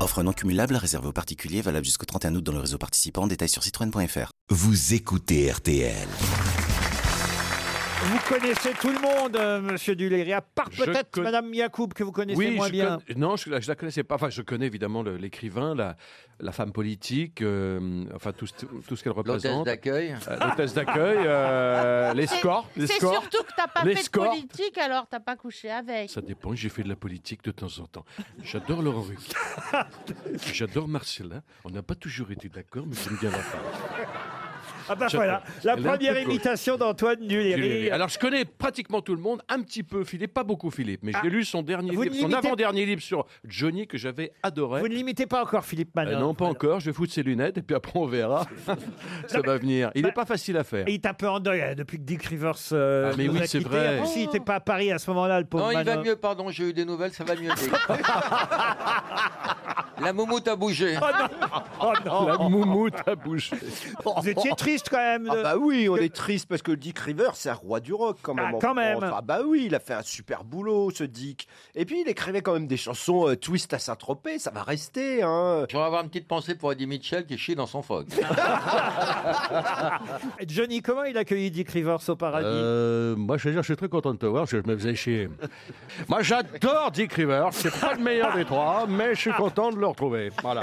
Offre non cumulable réservée aux particuliers valable jusqu'au 31 août dans le réseau participant. Détails sur citroën.fr. Vous écoutez RTL. Vous connaissez tout le monde, euh, Monsieur Duléry, à part Je peut-être con- Madame Yacoub que vous connaissez Oui, moins je bien. conna- non, je, la- je la connaissais pas. Enfin, je connais évidemment le- l'écrivain, la, la femme politique, euh, enfin tout, ce- tout ce qu'elle L'hôtesse représente. d'accueil. Euh, L'hôtesse d'accueil, euh, l'escorte. C'est l'escorte. surtout que t'as pas fait de l'escorte. politique, alors t'as pas couché avec. Ça dépend, j'ai fait de la politique de temps en temps. J'adore Laurent Ruquier. J'adore Marcella. On n'a pas toujours été d'accord, mais j'aime bien la femme. Ah bah je- voilà, la elle est un première peu gauche. imitation d'Antoine Duléry. Alors, je connais pratiquement tout le monde, un petit peu Philippe, pas beaucoup Philippe, mais j'ai lu son dernier Ah. Vous livre, ne son l'imitez- avant-dernier livre sur Johnny que j'avais adoré. Vous ne l'imitez pas encore, Philippe Euh, Manon. non, pas encore. Je vais foutre ses lunettes et puis après on verra. ça va venir. Il n'est pas facile à faire. Et bah, il est un peu en deuil hein, depuis que Dick Rivers. euh, Ah, mais nous oui, a c'est quittés. vrai. En plus, il n'était pas à Paris à ce moment-là, le pauvre Non, il va Manon. mieux, pardon, j'ai eu des nouvelles, ça va mieux. La moumoute a bougé. Oh non, La moumoute à bouger. vous étiez triste quand même. Oh. Ah bah oui, on est triste parce que Dick Rivers, c'est un roi du rock quand même. Ah, en quand France. même. Ah bah oui, il a fait un super boulot, ce Dick. Et puis il écrivait quand même des chansons euh, twist à Saint-Tropez, ça va rester. Hein. Je vais avoir une petite pensée pour Eddie Mitchell qui chie dans son fog. Ah, Johnny, comment il a accueilli Dick Rivers au paradis Euh, moi, je veux dire, je suis très content de te voir. parce que Je me faisais chier. Moi, j'adore Dick Rivers. C'est pas le meilleur des trois, mais je suis content de le retrouver. Voilà.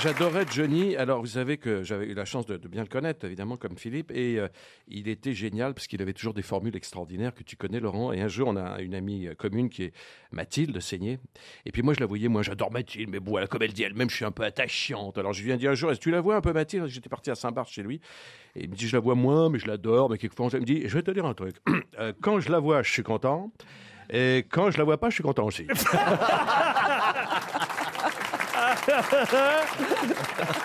J'adorais Johnny. Alors, vous savez que j'avais eu la chance de, de bien le connaître, évidemment, comme Philippe. Et euh, il était génial parce qu'il avait toujours des formules extraordinaires que tu connais, Laurent. Et un jour, on a une amie euh, commune qui est Mathilde Seigné. Et puis moi, je la voyais. Moi, j'adore Mathilde. Mais bon, elle, comme elle dit elle-même, je suis un peu attachante. Alors, je lui ai dit un jour, est-ce que tu la vois un peu, Mathilde J'étais parti à Saint-Barth chez lui. Et il me dit, je la vois moins, mais je l'adore. Mais quelquefois, elle me dit, je vais te dire un truc. Euh, quand je la vois, je suis content. Et quand je la vois pas, je suis content aussi.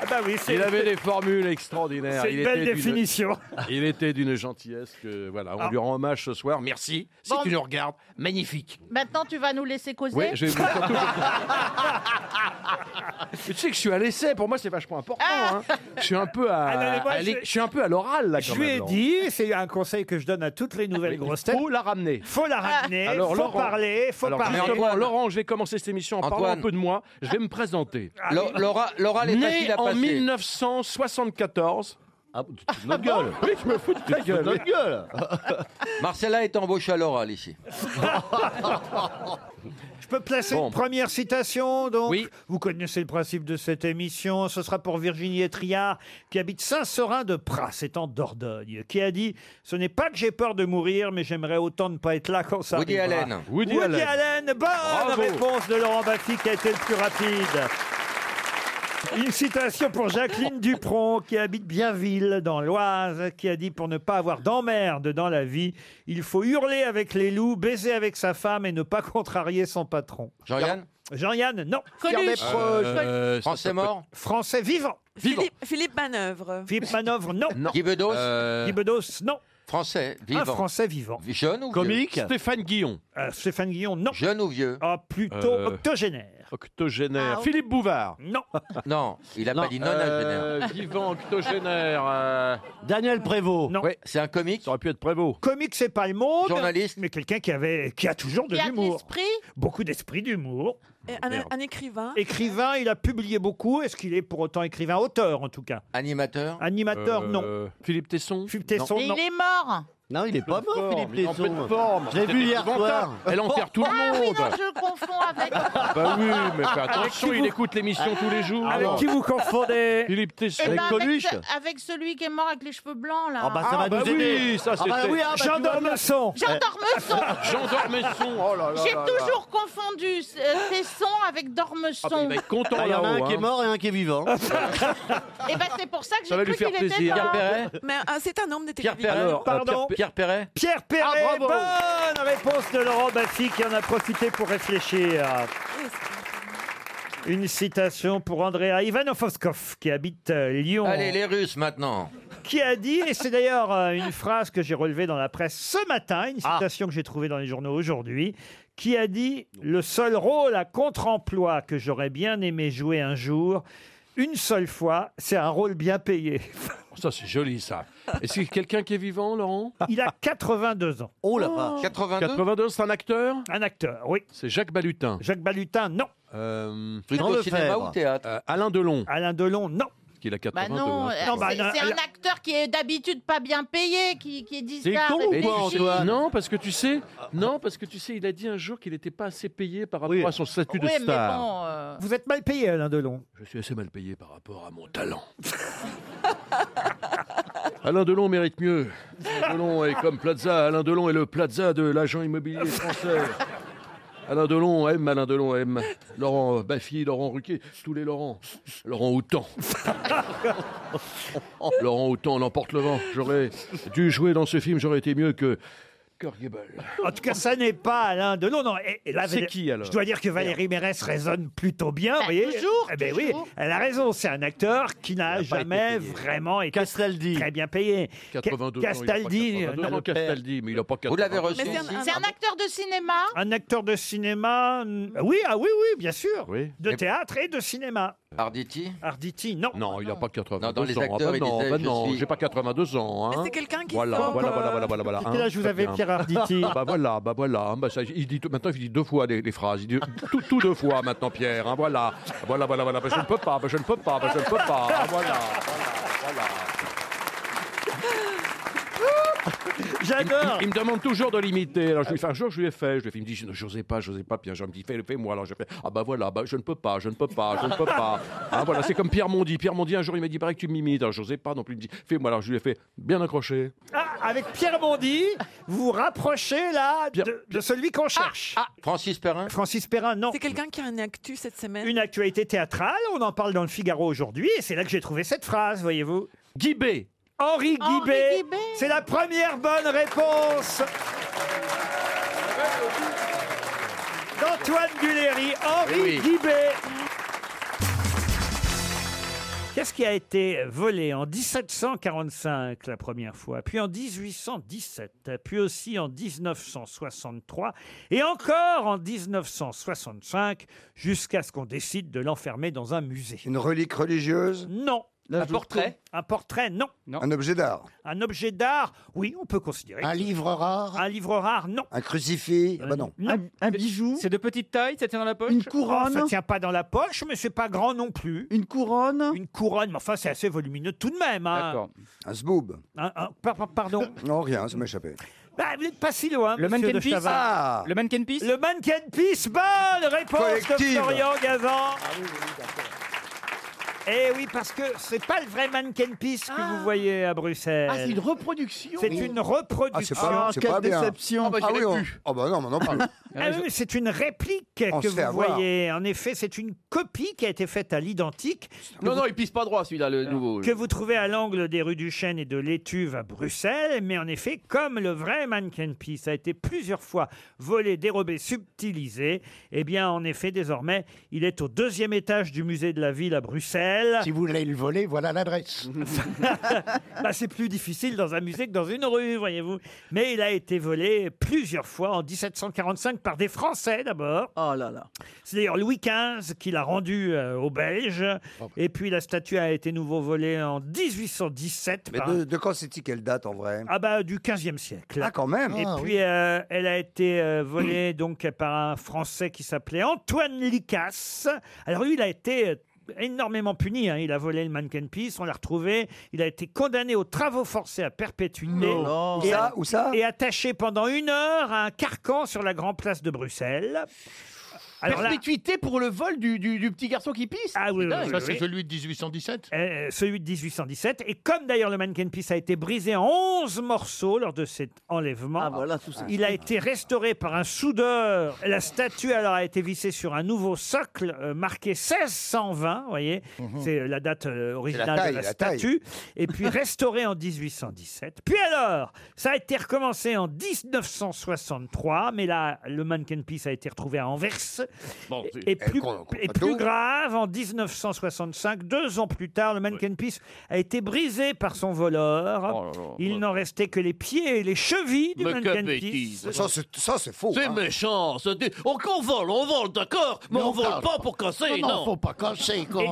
Ah bah oui, c'est Il avait des formules extraordinaires. c'est une Il belle était d'une- définition. Il était d'une gentillesse que voilà, on Ah. lui rend hommage ce soir. Merci. Si Bon. tu nous regardes, magnifique. Maintenant, tu vas nous laisser causer. Ah Oui, je vais vous- surtout- Mais tu sais que je suis à l'essai. Pour moi, c'est vachement important. hein. Je suis un peu à, Ah non, mais moi, à je- l'é- je suis un peu à l'oral là. Je quand lui même, ai Laurent. Ah dit, c'est un conseil que je donne à toutes les nouvelles Il grosses têtes. faut la ramener. Ah. Faut la ramener, Alors, faut Laurent- parler, faut Alors, parler. justement, Laurent, je vais commencer cette émission en parlant Antoine. un peu de moi. Je vais me présenter. Ah, Lo- Laura, Laura, elle est facile Né à en passer. 1974. Ah, notre gueule Oui, je me fous de ta gueule. notre gueule Marcella est embauchée à l'oral ici. Je peux placer Bon. une première citation, donc. Oui. Vous connaissez le principe de cette émission. Ce sera pour Virginie Etriard, qui habite Saint-Seurin de Pras, c'est en Dordogne, qui a dit Ce n'est pas que j'ai peur de mourir, mais j'aimerais autant ne pas être là quand ça Woody arrivera. Allen. Woody Woody Allen. Allen, bonne Bravo. réponse de Laurent Baffy qui a été le plus rapide. Une citation pour Jacqueline Dupron qui habite Bienville dans l'Oise qui a dit pour ne pas avoir d'emmerde dans la vie, il faut hurler avec les loups, baiser avec sa femme et ne pas contrarier son patron. Jean-Yann Jean-Yann, non, Coluche. Proche. Euh, ça, Français ça peut- mort français vivant. Vivant. Philippe, Philippe Manœuvre. Philippe Manœuvre, non. Non. Guy Bedos Euh, Guy Bedos, non. Français, Un vivant. français vivant. Jeune ou Comique Stéphane Guillon. Euh, Stéphane Guillon, non. vieux Jeune ou vieux Ah, plutôt Euh. octogénaire. Octogénaire. Ah, oui. Philippe Bouvard. Non. Non, il a pas dit non Euh, vivant, octogénaire. euh, Daniel Prévost Non. Ouais. C'est un comique Ça aurait pu être Prévost. Comique, c'est pas le monde. Journaliste Mais quelqu'un qui avait, qui a toujours de Qui a de l'humour. l'esprit beaucoup d'esprit d'humour. Et Un, Merde. un écrivain. Écrivain, il a publié beaucoup. Est-ce qu'il est pour autant écrivain Auteur, en tout cas. Animateur Animateur, Euh, non. Philippe Tesson. Philippe Tesson, Et non. il est mort. Oh, Non, il est pas mort, Philippe Il est en pleine Tesson. forme. J'ai vu C'est hier soir. épouvantable. Elle enterre tout Ah le oui, monde. non, je le confonds avec. Bah oui, mais fais attention, qui il vous- écoute l'émission tous les jours. Avec qui vous confondez Philippe Tesson. Eh ben, avec, Coluche ce- avec celui qui est mort avec les cheveux blancs, là. Ah bah ça Ah va bah nous aider. oui, ça Ah c'était bah oui, ah bah Jean tu vois bien. Dormeçon Dormeçon. Jean Dormesson. Oh là là J'ai là là. toujours confondu euh, Tesson avec Dormeçon. Ah, bah, il va être content Ah, Il y en là-haut. a un qui est hein. mort et un qui est vivant. Et ben c'est pour ça que Ça j'ai va lui cru qu'il faire était plaisir. mort. Perret Mais un- c'est un homme Pierre détective. Perret Alors, Pardon. Pierre- Pierre Perret Pierre Perret, Ah, bonne réponse de Laurent Bassi qui en a profité pour réfléchir. Une citation pour Andrea Ivanovskov, qui habite euh, Lyon. Allez, les Russes maintenant. qui a dit, et c'est d'ailleurs euh, une phrase que j'ai relevée dans la presse ce matin, Ah. une citation que j'ai trouvée dans les journaux aujourd'hui, qui a dit Le seul rôle à contre-emploi que j'aurais bien aimé jouer un jour, une seule fois, c'est un rôle bien payé. Oh, Ça, c'est joli, ça. Est-ce qu'il y a quelqu'un qui est vivant, Laurent Il a 82 ans. Oh la vache. 82? c'est un acteur Un acteur, oui. C'est Jacques Balutin. Jacques Balutin, non. Plutôt cinéma ou théâtre Euh, Alain Delon. Alain Delon, non. Qu'il a Bah 82 non, hein, euh, c'est c'est pas c'est mal. un acteur qui est d'habitude pas bien payé, qui, qui est disparu. Non, parce que tu sais, non, parce que tu sais, il a dit un jour qu'il n'était pas assez payé par rapport à son statut de Oui, mais star. bon, euh, Vous êtes mal payé, Alain Delon. Je suis assez mal payé par rapport à mon talent. Alain Delon mérite mieux. Alain Delon est comme Plaza. Alain Delon est le Plaza de l'agent immobilier français. Alain Delon aime, Alain Delon aime. Laurent Baffy, Laurent Ruquier, tous les Laurents. Laurent Houtan. Laurent Houtan l'emporte le vent. J'aurais dû jouer dans ce film, j'aurais été mieux que Kirk Gable. En tout cas, ça n'est pas Alain Delon. Non, et, et là, C'est Val- qui, alors Je dois dire que Valérie Mérès raisonne plutôt bien. Bah, vous voyez toujours, Eh ben toujours. oui, elle a raison. C'est un acteur qui n'a pas été jamais payé. vraiment été très bien payé. 82 ans, il a pas Castaldi, 82 ans, non. Castaldi, mais il n'a pas 82 Vous l'avez ans. reçu Mais c'est un- ici c'est un acteur de cinéma. Un acteur de cinéma, n- oui, ah oui, oui, bien sûr. Oui. De Et- théâtre et de cinéma. Arditi Arditi, non. Non, il n'a pas 82 Non, dans les ans. acteurs, ah, il bah non, disait, bah je non, suis- j'ai pas 82 ans. Hein. c'est quelqu'un qui voilà, sort, voilà, euh, voilà, voilà, voilà, voilà. Quel hein, âge vous très avez, bien. Pierre Arditi Ah bah voilà, bah voilà. hein, bah ça, il dit, maintenant, il dit deux fois les, les phrases. Il dit tout, tout deux fois maintenant, Pierre. hein, voilà, voilà, voilà, voilà. Bah, je ne peux pas, bah, je ne peux pas, bah, je ne peux pas. hein, voilà. J'adore. Il me demande toujours de l'imiter. Alors je lui fais un jour, je lui ai fait. Je lui ai fait. Il me dit, je n'osais pas, je n'osais pas. Puis un jour, il me dit, fais, fais-moi. Alors je fais, ah bah voilà, bah, je ne peux pas, je ne peux pas, je ne peux pas. Ah, voilà, c'est comme Pierre Mondi. Pierre Mondi, un jour, il m'a dit, pareil que tu m'imites. Alors j'osais pas non plus. Il me dit, fais-moi. Alors je lui ai fait, bien accroché. Ah, avec Pierre Bondy, vous vous rapprochez là Pierre- de, de celui qu'on cherche. Francis Perrin Francis Perrin, non. Ah, C'est quelqu'un qui a un actu cette semaine. Une actualité théâtrale, on en parle dans le Figaro aujourd'hui, et c'est là que j'ai trouvé cette phrase, voyez-vous. Guy B. Henri Henri Guibé, Guibé. c'est la première bonne réponse d'Antoine Duléry, Henri Eh oui. Guibé. Qu'est-ce qui a été volé en 1745 la première fois, puis en 1817, puis aussi en 1963 et encore en 1965 jusqu'à ce qu'on décide de l'enfermer dans un musée Une relique religieuse Non. Un portrait Un portrait, non. Un objet d'art Un objet d'art, oui, on peut considérer. Un livre rare Un livre rare, non. Un crucifix Ah bah non. Non. Un bijou C'est de petite taille, ça tient dans la poche Une Oh, ça tient pas dans la poche, mais c'est pas grand non plus. Une couronne Une couronne, mais enfin, c'est assez volumineux tout de même. hein. D'accord. Un zboob Un- un- par- par- pardon. Non, rien, ça m'a échappé. Bah, vous n'êtes pas si loin, Le monsieur de mannequin piece Chavannes. Ah Le mannequin piece Le mannequin piece, bonne réponse de Collective. Ah Florian Gazan. Eh oui, parce que c'est pas le vrai mannequin piece que vous voyez à Bruxelles. Ah, c'est une reproduction C'est une reproduction. Ah, c'est pas, c'est pas bien. déception Ah oui, on- ah bah non, mais non pas. Ah oui, c'est une réplique On que se fait vous avoir. voyez. En effet, c'est une copie qui a été faite à l'identique. Non, non, il pisse pas droit celui-là, Ah, le nouveau. que vous trouvez à l'angle des rues du Chêne et de l'Étuve à Bruxelles, mais en effet, comme le vrai mannequin piece a été plusieurs fois volé, dérobé, subtilisé, eh bien, en effet, désormais, il est au deuxième étage du musée de la ville à Bruxelles. vous voulez le voler, voilà l'adresse. Bah, c'est plus difficile dans un musée que dans une rue, voyez-vous. Mais il a été volé plusieurs fois en 1745 par des Français d'abord. Oh là là. C'est d'ailleurs Louis XV qui l'a rendu euh, aux Belges. Et puis la statue a été nouveau volée en 1817 Mais par de, de quand c'est-il quelle date en vrai Ah bah du 15e siècle. Ah quand même Et puis euh, elle a été euh, volée donc par un Français qui s'appelait Antoine Licasse. Alors lui, il a été euh, énormément puni. hein. Il a volé le mannequin piece, on l'a retrouvé. Il a été condamné aux travaux forcés à perpétuité. Où Et, ça Où ça et attaché pendant une heure à un carcan sur la Grand Place de Bruxelles. Alors là, Perpétuité pour le vol du, du- du petit garçon qui pisse ah oui, oui, oui, oui. celui de 1817 Euh, celui de 1817. Et comme d'ailleurs le mannequin piece a été brisé en 11 morceaux lors de cet enlèvement, tout il a été restauré par un soudeur. La statue alors a été vissée sur un nouveau socle euh, marqué 1620, vous voyez, c'est euh, la date euh, originale taille, de la, la taille. statue, et puis restaurée en 1817. Puis alors, ça a été recommencé en 1963, mais là, le mannequin piece a été retrouvé à Anvers, Eh, Et plus, et plus grave, en 1965, deux ans plus tard, le mannequin-piece a été brisé par son Oh voleur. Il n'en restait que les pieds et les chevilles du Mais quelle mannequin-piece. bêtise. Ça, c'est- faux. hein. C'est méchant. ça dit- On, qu'on vole, on vole, d'accord, mais, Mais on, on vole cache pas pour casser, hein. non.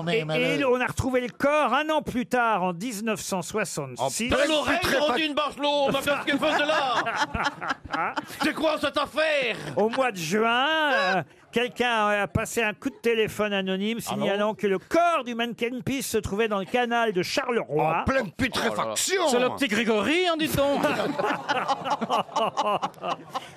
Et- Et, et on a retrouvé le corps un an plus tard, en 1966. Dans l'oreille, rendu une barcelone, ma qu'est-ce qu'elle faisait là C'est quoi cette affaire Au mois de juin, euh, quelqu'un a passé un coup de téléphone anonyme signalant que le corps du mannequin Peace se trouvait dans le canal de Charleroi. En pleine putréfaction. Oh là là. C'est le petit Grégory, en dit-on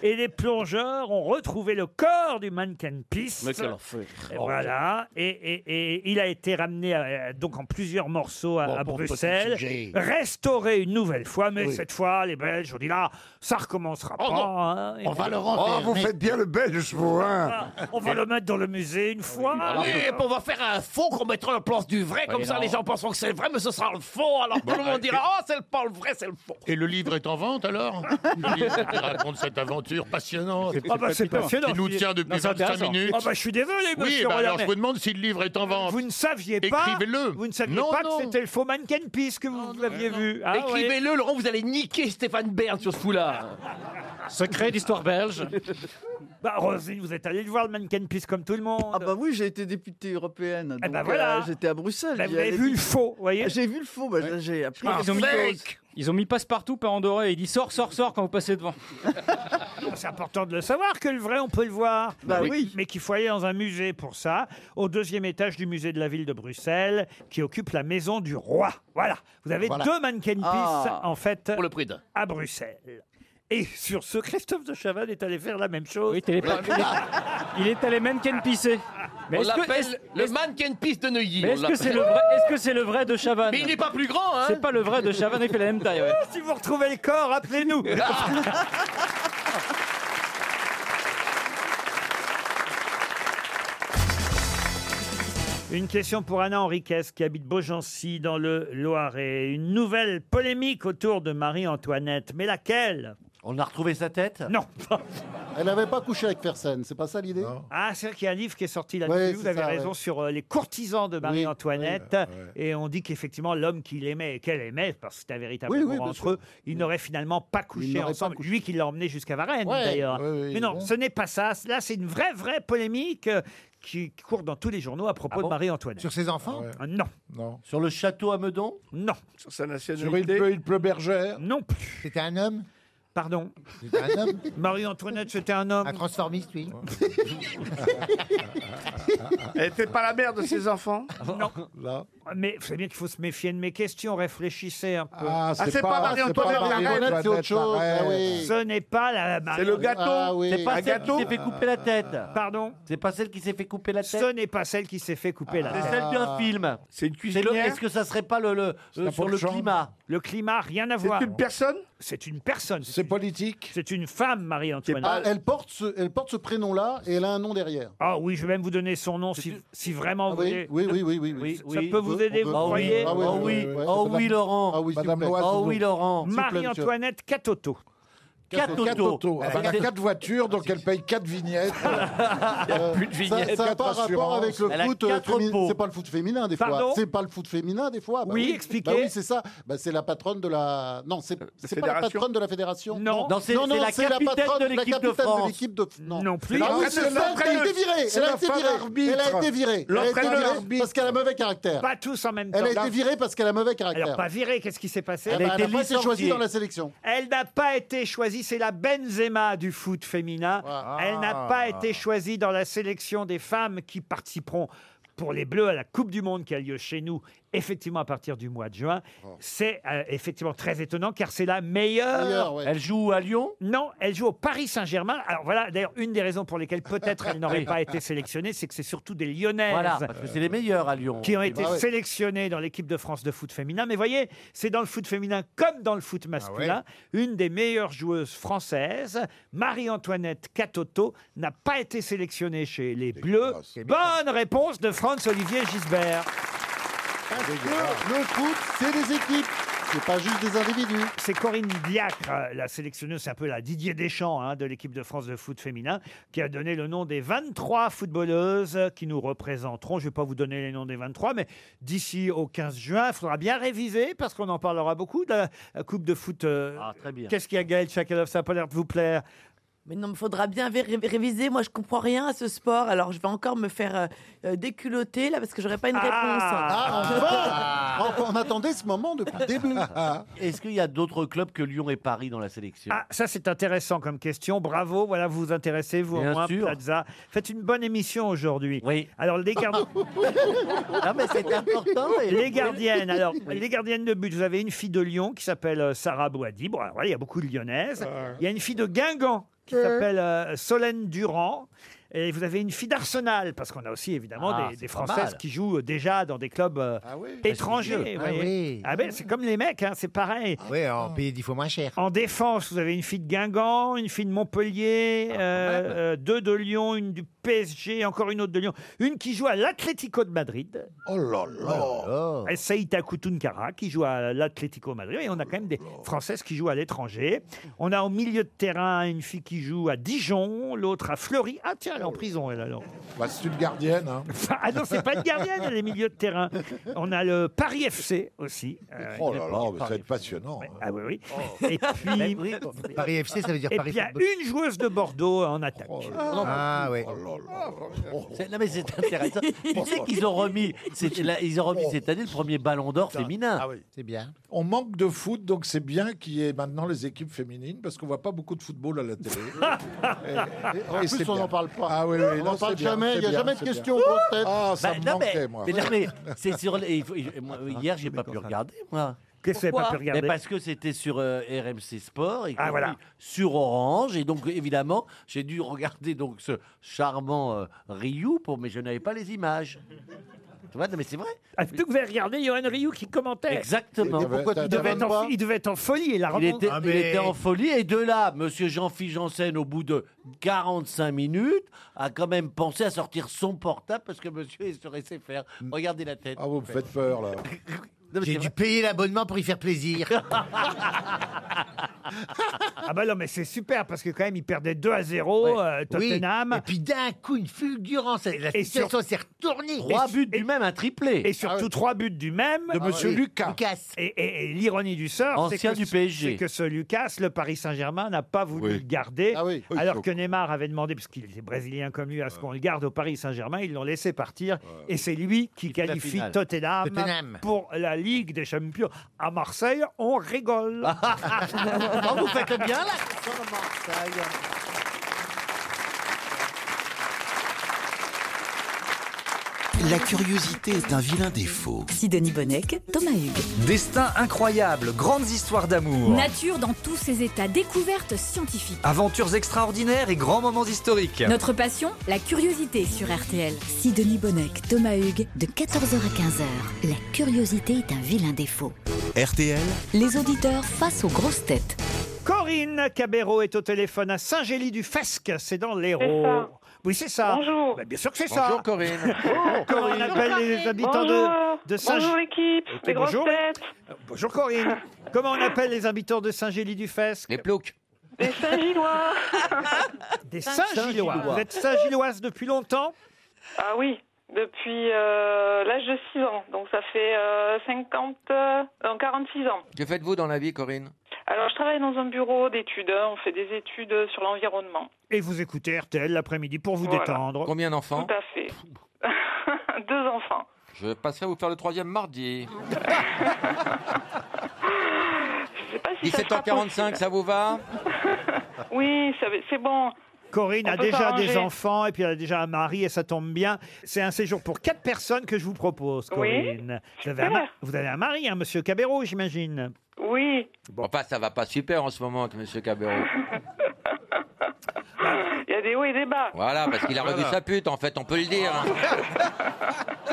Et les plongeurs ont retrouvé le corps du mannequin Peace. Mais quel enfer. Et Voilà, et, et- et il a été ramené euh, donc en plusieurs morceaux à, à bon, petit Bruxelles, sujet. restauré une nouvelle fois, mais Oui. cette fois les Belges ont dit là, ça Ah, recommencera Oh non. Ah, Ah, pas. hein. On va le Oh, renfermer. vous faites bien le belge, vous, hein On va le mettre dans le musée une fois. Ah, ah ah, Oui, et puis on va faire un faux qu'on mettra la place du vrai, comme Oui, ça non. les gens penseront que c'est le vrai, mais ce sera le faux. Alors tout le monde dira Oh, c'est le pas le vrai, c'est le faux. Et le livre est en vente alors Le livre qui raconte cette aventure passionnante. Ah bah c'est passionnant. Qui nous tient depuis Non, c'est 25 intéressant. minutes. Ah bah je suis désolé, monsieur. Oui, bah, Rollin, alors je mais vous demande si le livre est en vente. Vous ne saviez pas. Écrivez-le. Vous ne saviez Non, pas non. que c'était le faux mannequin piece que vous l'aviez vu. Ah, ouais. Écrivez-le, Laurent, vous allez niquer Stéphane Bern sur ce coup-là. Secret d'histoire belge. Bah Rosine, vous êtes allé le voir le mannequin piece comme tout le monde. Ah bah oui, j'ai été députée européenne. Eh donc, bah voilà. euh, J'étais à Bruxelles. Bah, j'y vous avez allais- vu le faux, vous voyez J'ai vu le faux, bah, j'ai appris. Ah, ils, ont mis, ils ont mis passe-partout par Andorra et il dit sort, sort, sort quand vous passez devant. C'est important de le savoir que le vrai, on peut le voir. Bah Mais- oui. Mais qu'il faut aller dans un musée pour ça, au deuxième étage du musée de la ville de Bruxelles, qui occupe la maison du roi. Voilà. Vous avez Voilà. deux mannequin piece, Ah. en fait, Pour le prix d'un. à Bruxelles. Et sur ce, Christophe de Chavannes est allé faire la même chose. Il est, pas- il est- il est allé mannequin pisser. on l'appelle le mannequin piste de Neuilly. Mais on est-ce que c'est l'appelle. le vrai, est-ce que c'est le vrai de Chavannes Mais il n'est pas plus grand, hein C'est pas le vrai de Chavannes, il fait la même taille. Ouais. Si vous retrouvez le corps, appelez-nous. Une question pour Anna Henriquez qui habite Beaugency dans le Loiret. Une nouvelle polémique autour de Marie-Antoinette. Mais laquelle On a retrouvé sa tête Non. Elle n'avait pas couché avec personne, c'est pas ça l'idée Ah, c'est vrai qu'il y a un livre qui est sorti Ouais, là-dessus, vous c'est avez ça, raison, ouais. sur euh, les courtisans de Marie-Antoinette. Et on dit qu'effectivement, l'homme qu'il aimait et qu'elle aimait, parce que c'était un véritable Oui, oui, amour bien entre eux, ils n'auraient finalement pas couché n'auraient pas ensemble. Lui qui l'a emmené jusqu'à Varennes, Ouais, d'ailleurs. ouais, ouais, Mais non, ouais. ce n'est pas ça. Là, c'est une vraie, vraie polémique euh, qui court dans tous les journaux à Ah propos de Marie-Antoinette. Sur ses enfants Non. Non. Sur le château à Meudon Non. Sur sa Sur une peu, une peu bergère. Non plus. C'était un homme Pardon C'était un homme Marie-Antoinette, c'était un homme. Un transformiste, oui. Elle était pas la mère de ses enfants Non. Mais vous savez bien qu'il faut se méfier de mes questions, réfléchissez un peu. Ah, c'est Ah, c'est pas- pas Marie-Antoinette, c'est pas la reine. Marie-Antoinette, c'est autre chose, ah oui. Ce n'est pas la Marie- le gâteau. Ah oui. C'est pas Un celle qui gâteau s'est fait couper la tête. Pardon C'est pas celle qui s'est fait couper la tête Ce n'est pas celle qui s'est fait couper la tête. C'est celle Ah. d'un film. C'est une le- Est-ce que ça serait pas le, le- euh, sur le climat Le climat, rien à voir. une personne C'est une personne. C'est politique C'est une femme, Marie-Antoinette. Ah, elle porte ce, elle porte ce prénom-là et elle a un nom derrière. Ah oui, je vais même vous donner son nom si, si vraiment Ah vous voulez. oui, oui, oui, oui, oui, Ça peut vous aider, vous croyez Oh oui, Laurent. Ah oui, s'il vous plaît. Marie-Antoinette Catoto. Quatre Quatre autos. autos. Ah, bah, Elle a Elle- quatre voitures, donc elle paye quatre vignettes. Euh, plus de vignettes, ça n'a quatre pas rapport assurances. avec le Elle a foot quatre féminin. pots. C'est pas le foot féminin des Pardon fois. C'est pas le foot féminin des fois. Bah Oui, Bah expliquez. Euh, oui, c'est ça. Bah, c'est la patronne de la. Non, c'est c'est pas la fédération patronne de la fédération. Non. Non, c'est- non, c'est la capitaine de la l'équipe de capitaine France. l'équipe de- Non, plus. Ah oui, C'est c'est ça, elle a été l'entraîneuse. virée. C'est Elle a la été femme virée. Elle a été arbitre. virée. Elle a été L'entraîneur virée parce qu'elle a mauvais caractère. Pas tous en même Elle a temps. été virée parce qu'elle a mauvais caractère. Alors, pas virée, qu'est-ce qui s'est passé Ah bah, Elle a pas été choisie dans la sélection. Elle n'a pas été choisie, c'est la Benzema du foot féminin. Ah. Elle n'a pas été choisie dans la sélection des femmes qui participeront pour les Bleus à la Coupe du Monde qui a lieu chez nous, effectivement à partir du mois de juin. Oh. C'est euh, effectivement très étonnant car c'est la meilleure. Meilleure, ouais. Elle joue à Lyon Non, elle joue au Paris Saint-Germain. Alors voilà, d'ailleurs, une des raisons pour lesquelles peut-être elle n'aurait Oui. pas été sélectionnée, c'est que c'est surtout des Lyonnaises Voilà, parce que c'est les meilleurs à Lyon. qui ont été Ah ouais. sélectionnés dans l'équipe de France de foot féminin. Mais voyez, c'est dans le foot féminin comme dans le foot masculin. Une des meilleures joueuses françaises, Marie-Antoinette Catoto, n'a pas été sélectionnée chez les Bleus. Bonne réponse de Franz-Olivier Gisbert. Le, le foot, c'est des équipes. C'est pas juste des individus. C'est Corinne Diacre, euh, la sélectionneuse, c'est un peu la Didier Deschamps hein, de l'équipe de France de foot féminin, qui a donné le nom des 23 footballeuses qui nous représenteront. Je ne vais pas vous donner les noms des 23, mais d'ici au 15 juin, il faudra bien réviser parce qu'on en parlera beaucoup de la la Coupe de foot. euh, Ah, très bien. Qu'est-ce qu'il y a, Gaël Chakalov Ça n'a pas l'air de vous plaire. Mais non, il faudra bien vé- ré- réviser. Moi, je comprends rien à ce sport, alors je vais encore me faire euh, euh, déculotter là parce que j'aurai pas une réponse. Ah, enfin On attendait ce moment depuis Ah, le début. Est-ce qu'il y a d'autres clubs que Lyon et Paris dans la sélection Ah, ça c'est intéressant comme question. Bravo, voilà, vous vous intéressez, vous, Bien au moins, sûr. Plaza. Faites une bonne émission aujourd'hui. Oui. Alors, les, gar- Non, mais c'est important. et- les gardiennes, alors, les gardiennes de but, vous avez une fille de Lyon qui s'appelle euh, Sarah Boadi. Bon, alors, voilà, il y a beaucoup de lyonnaises. Il y a une fille de Guingamp qui Ouais. s'appelle euh, Solène Durand. Et vous avez une fille d'Arsenal, parce qu'on a aussi évidemment Ah, des, c'est des pas Françaises mal. qui jouent euh, déjà dans des clubs euh, étrangers. Ah vous voyez. oui. Ah ben, c'est comme les mecs, hein, c'est pareil. Oui, Ah on paye dix fois moins cher. En défense, vous avez une fille de Guingamp, une fille de Ah, Montpellier, euh, euh, deux de Lyon, une du PSG, encore une autre de Lyon, une qui joue à l'Atlético de Madrid. Oh là là Et Saïta Koutoukara qui joue à l'Atlético Madrid. Et on a quand même des Françaises qui jouent à l'étranger. On a au milieu de terrain une fille qui joue à Dijon, l'autre à Fleury. Ah tiens, elle est en prison, elle alors. c'est une gardienne. ah non, c'est pas une gardienne, elle est milieu de terrain. On a le Paris FC aussi. Euh, Oh là là, mais Oh. ça va Paris être passionnant. hein. ah oui, oui. Et puis. Paris FC, ça veut dire Et Paris puis, il y a une joueuse de Bordeaux en attaque. Ah oui. C'est- Non mais c'est intéressant. tu sais qu'ils ont remis, c'est- là, ils ont remis Oh. cette année le premier Ballon d'Or féminin. Ah C'est bien. On manque de foot, donc c'est bien qu'il y ait maintenant les équipes féminines, parce qu'on voit pas beaucoup de football à la télé. En plus, on n'en parle pas. Ah oui, oui, On non, en parle c'est bien, jamais, il y a c'est jamais bien, de c'est questions bien. aux grosses têtes. Ah, ça Bah, me non, mais- manquait, moi. mais non, mais c'est sur les- il faut- il- moi, Ah, hier, j'ai pas pu regarder, moi. Qu'est-ce que vous avez pas pu Pourquoi regarder Mais Parce que c'était sur euh, RMC Sport et Ah, qu'on voilà. dit sur Orange. Et donc, évidemment, j'ai dû regarder donc ce charmant euh, Ryu, pour, mais je n'avais pas les images. Tu vois, non, mais c'est vrai. Ah, plutôt que vous avez regardé Johan Ryu qui commentait. Exactement. il, devait être en, il devait être en folie. Et la Il remonte- était, Ah, Ah, il était en folie et de là, Monsieur Jean-Philippe Janssen, au bout de 45 minutes, a quand même pensé à sortir son portable parce que Monsieur il se laissait faire. Regardez la tête. Ah, vous me faites peur là. Ah, J'ai dû payer l'abonnement pour y faire plaisir. Ah bah non, mais c'est super parce que quand même, il perdait 2 à 0 euh, Tottenham. Et puis d'un coup, une fulgurance. La Et sur- situation s'est retournée. Trois buts du même, un triplé. Ah Et surtout trois buts du même. De euh, Ah monsieur oui. Lucas. Et, et- et l'ironie du sort, c'est Ancien que, du ce- PSG. c'est que ce Lucas, le Paris Saint-Germain, n'a pas voulu le garder. Ah Oui, alors donc. que Neymar avait demandé, parce qu'il était brésilien comme lui, à ce qu'on le garde au Paris Saint-Germain, ils l'ont laissé partir. et c'est lui qui fait la qualifie finale. Tottenham, Tottenham. pour la Ligue des Champions. À Marseille, on rigole. Oh, vous faites bien là La curiosité est un vilain défaut. Sidonie Bonnec, Thomas Hugues. Destin incroyable, grandes histoires d'amour. Nature dans tous ses états, découvertes scientifiques. Aventures extraordinaires et grands moments historiques. Notre passion, la curiosité sur RTL. Sidonie Bonnec, Thomas Hugues, de 14h à 15h. La curiosité est un vilain défaut. RTL, Les auditeurs face aux grosses têtes. Corinne Cabero est au téléphone à Saint-Gély-du-Fesque, c'est dans l'Hérault. Oui, c'est ça. Bonjour. bien sûr que c'est ça. Bonjour, Corinne. Comment on appelle les habitants Oh, Bonjour. de, de Saint Bonjour, équipe. Ok, Les grosses bonjour. Euh, Bonjour Corinne. Comment on appelle les habitants de Saint-Gély-du-Fesque Les ploucs. Les Saint-Gillois. Des Saint-Gillois. Vous êtes Saint-Gilloise depuis longtemps Ah oui, depuis euh, l'âge de 6 ans. Donc ça fait euh, 50, euh, non, 46 ans. Que faites-vous dans la vie, Corinne Alors je travaille dans un bureau d'études. hein. On fait des études sur l'environnement. et vous écoutez RTL l'après-midi pour vous Voilà. détendre. Combien d'enfants Tout à fait. Deux enfants. Je passerai vous faire le troisième mardi. Je sais pas si ça sera 17h45, ça vous va possible. Oui, ça va- c'est bon. Corinne On a peut déjà s'arranger. des enfants et puis elle a déjà un mari et ça tombe bien. C'est un séjour pour quatre personnes que je vous propose, Oui, Corinne. vous, avez un, super. ma- vous avez un mari, hein, Monsieur Cabero, j'imagine. Oui. Enfin, ça va pas super en ce moment avec M. Cabero. Il y a des hauts et des bas. Voilà, parce qu'il a revu Voilà. sa pute, en fait, on peut le dire. hein.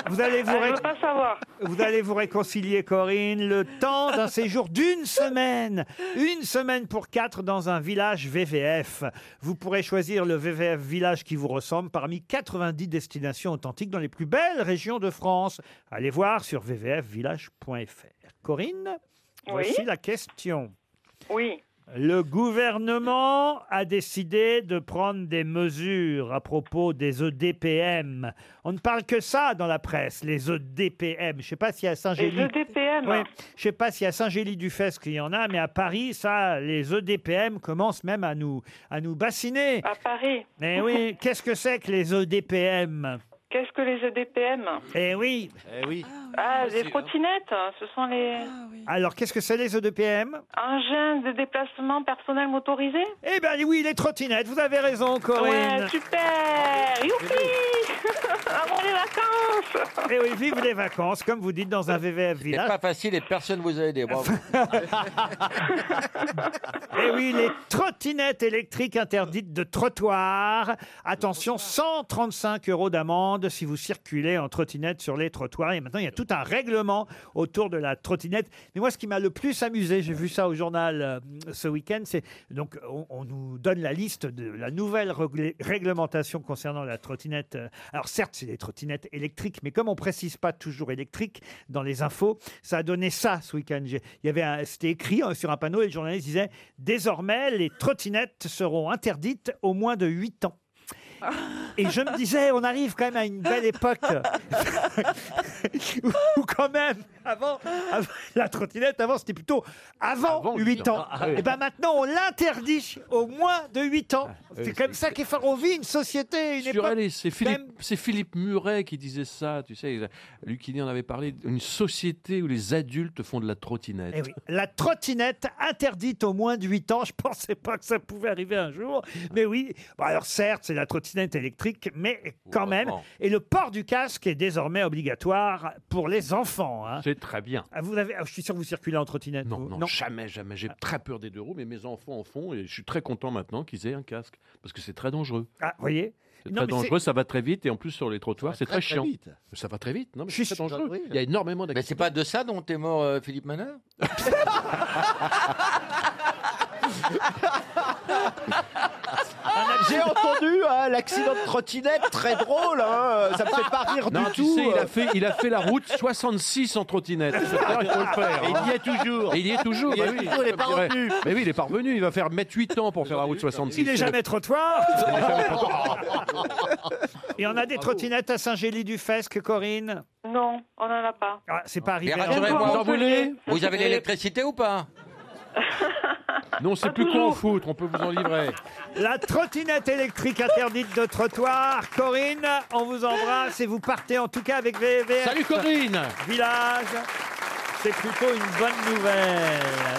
Vous allez vous, Ah, je ré- veux pas savoir. vous allez vous réconcilier, Corinne, le temps d'un séjour d'une semaine. Une semaine pour quatre dans un village VVF. Vous pourrez choisir le VVF village qui vous ressemble parmi 90 destinations authentiques dans les plus belles régions de France. Allez voir sur vvfvillage.fr. Corinne Voici la question. Oui. Le gouvernement a décidé de prendre des mesures à propos des E EDPM. On ne parle que ça dans la presse, les E EDPM. Je ne sais pas si à Saint-Gély. Les E EDPM. Ouais. Je sais pas si à Saint-Gély-du-Fès qu'il y en a, mais à Paris, ça, les E EDPM commencent même à nous, à nous bassiner. À Paris. Eh oui, qu'est-ce que c'est que les E EDPM Qu'est-ce que les E EDPM Ah Eh oui. oui. Ah, hein. les trottinettes, ce sont les... Ah Alors, qu'est-ce que c'est les E EDPM Engins de déplacement personnel motorisé Eh ben oui, les trottinettes, vous avez raison, Corinne. Ouais, super Youpi Avant les vacances Eh oui, vive les vacances, comme vous dites dans un VVF C'est village. pas facile et personne vous a aidé. Bravo. Eh oui, les trottinettes électriques interdites de trottoir. Attention, 135 euros d'amende si vous circulez en trottinette sur les trottoirs. Et maintenant, il y a tout un règlement autour de la trottinette. Mais moi, ce qui m'a le plus amusé, j'ai vu ça au journal euh, ce week-end, c'est donc on, on nous donne la liste de la nouvelle reglé- réglementation concernant la trottinette. Euh, Alors certes, c'est des trottinettes électriques, mais comme on précise pas toujours électrique dans les infos, ça a donné ça ce week-end. J'ai- Il y avait, un- c'était écrit euh, sur un panneau et le journaliste disait désormais les trottinettes seront interdites au moins de 8 ans. Et je me disais, on arrive quand même à une belle époque où- où quand même, avant, avant- la trottinette, avant, c'était plutôt avant, 8 ans. ans. Ah, oui. Eh Et ben maintenant, on l'interdit au moins de 8 ans. C'est comme ça qu'est fa- on vit une société, une époque. Surréaliste. C'est Philippe, c'est Philippe Muret qui disait ça, tu sais. il- Luc en avait parlé. Une société où les adultes font de la trottinette. Eh oui, la trottinette interdite au moins de 8 ans. Je pensais pas que ça pouvait arriver un jour. Mais oui, Bon, alors certes, c'est la trottinette électrique, mais quand même. Et le port du casque est désormais obligatoire pour les enfants. hein. C'est très bien. Ah, Vous avez... ah, Je suis sûr que vous circulez en trottinette. vous. Non, jamais, jamais. Ah. J'ai très peur des deux roues, mais mes enfants en font et je suis très content maintenant qu'ils aient un casque parce que c'est très dangereux. Ah, vous voyez C'est Non, mais très c'est- dangereux, ça va très vite et en plus sur les trottoirs, Ça c'est va très, très, très chiant. vite. Ça va très vite, non mais Je c'est très suis- dangereux. Oui. Il y a énormément d'accidents. Mais c'est pas de ça dont est mort euh, Philippe Manœuvre J'ai entendu hein, l'accident de trottinette, très drôle, hein, ça me fait pas rire Non, du tu tout. sais, il euh. a fait, il a fait la route 66 en trottinette. Il faut le faire. hein. Et il y est toujours. Et il y est toujours. Il y est bah oui. toujours, il est pas Ouais. revenu. Mais oui, il est pas revenu. Il va faire mettre 8 ans pour faire la route 66. Il n'est jamais trottoir. Il est jamais trottoir. Il y en Ah a des trottinettes à Saint-Gély-du-Fesque, Corinne Non, on en a pas. Ah, c'est pas arrivé. Mais hein. rassurez-moi, vous, avez l'électricité ou pas Non, c'est plus quoi en foutre. On peut vous en livrer. La trottinette électrique interdite de trottoir. Corinne, on vous embrasse et vous partez en tout cas avec VVF. Salut, Corinne Village, c'est plutôt une bonne nouvelle.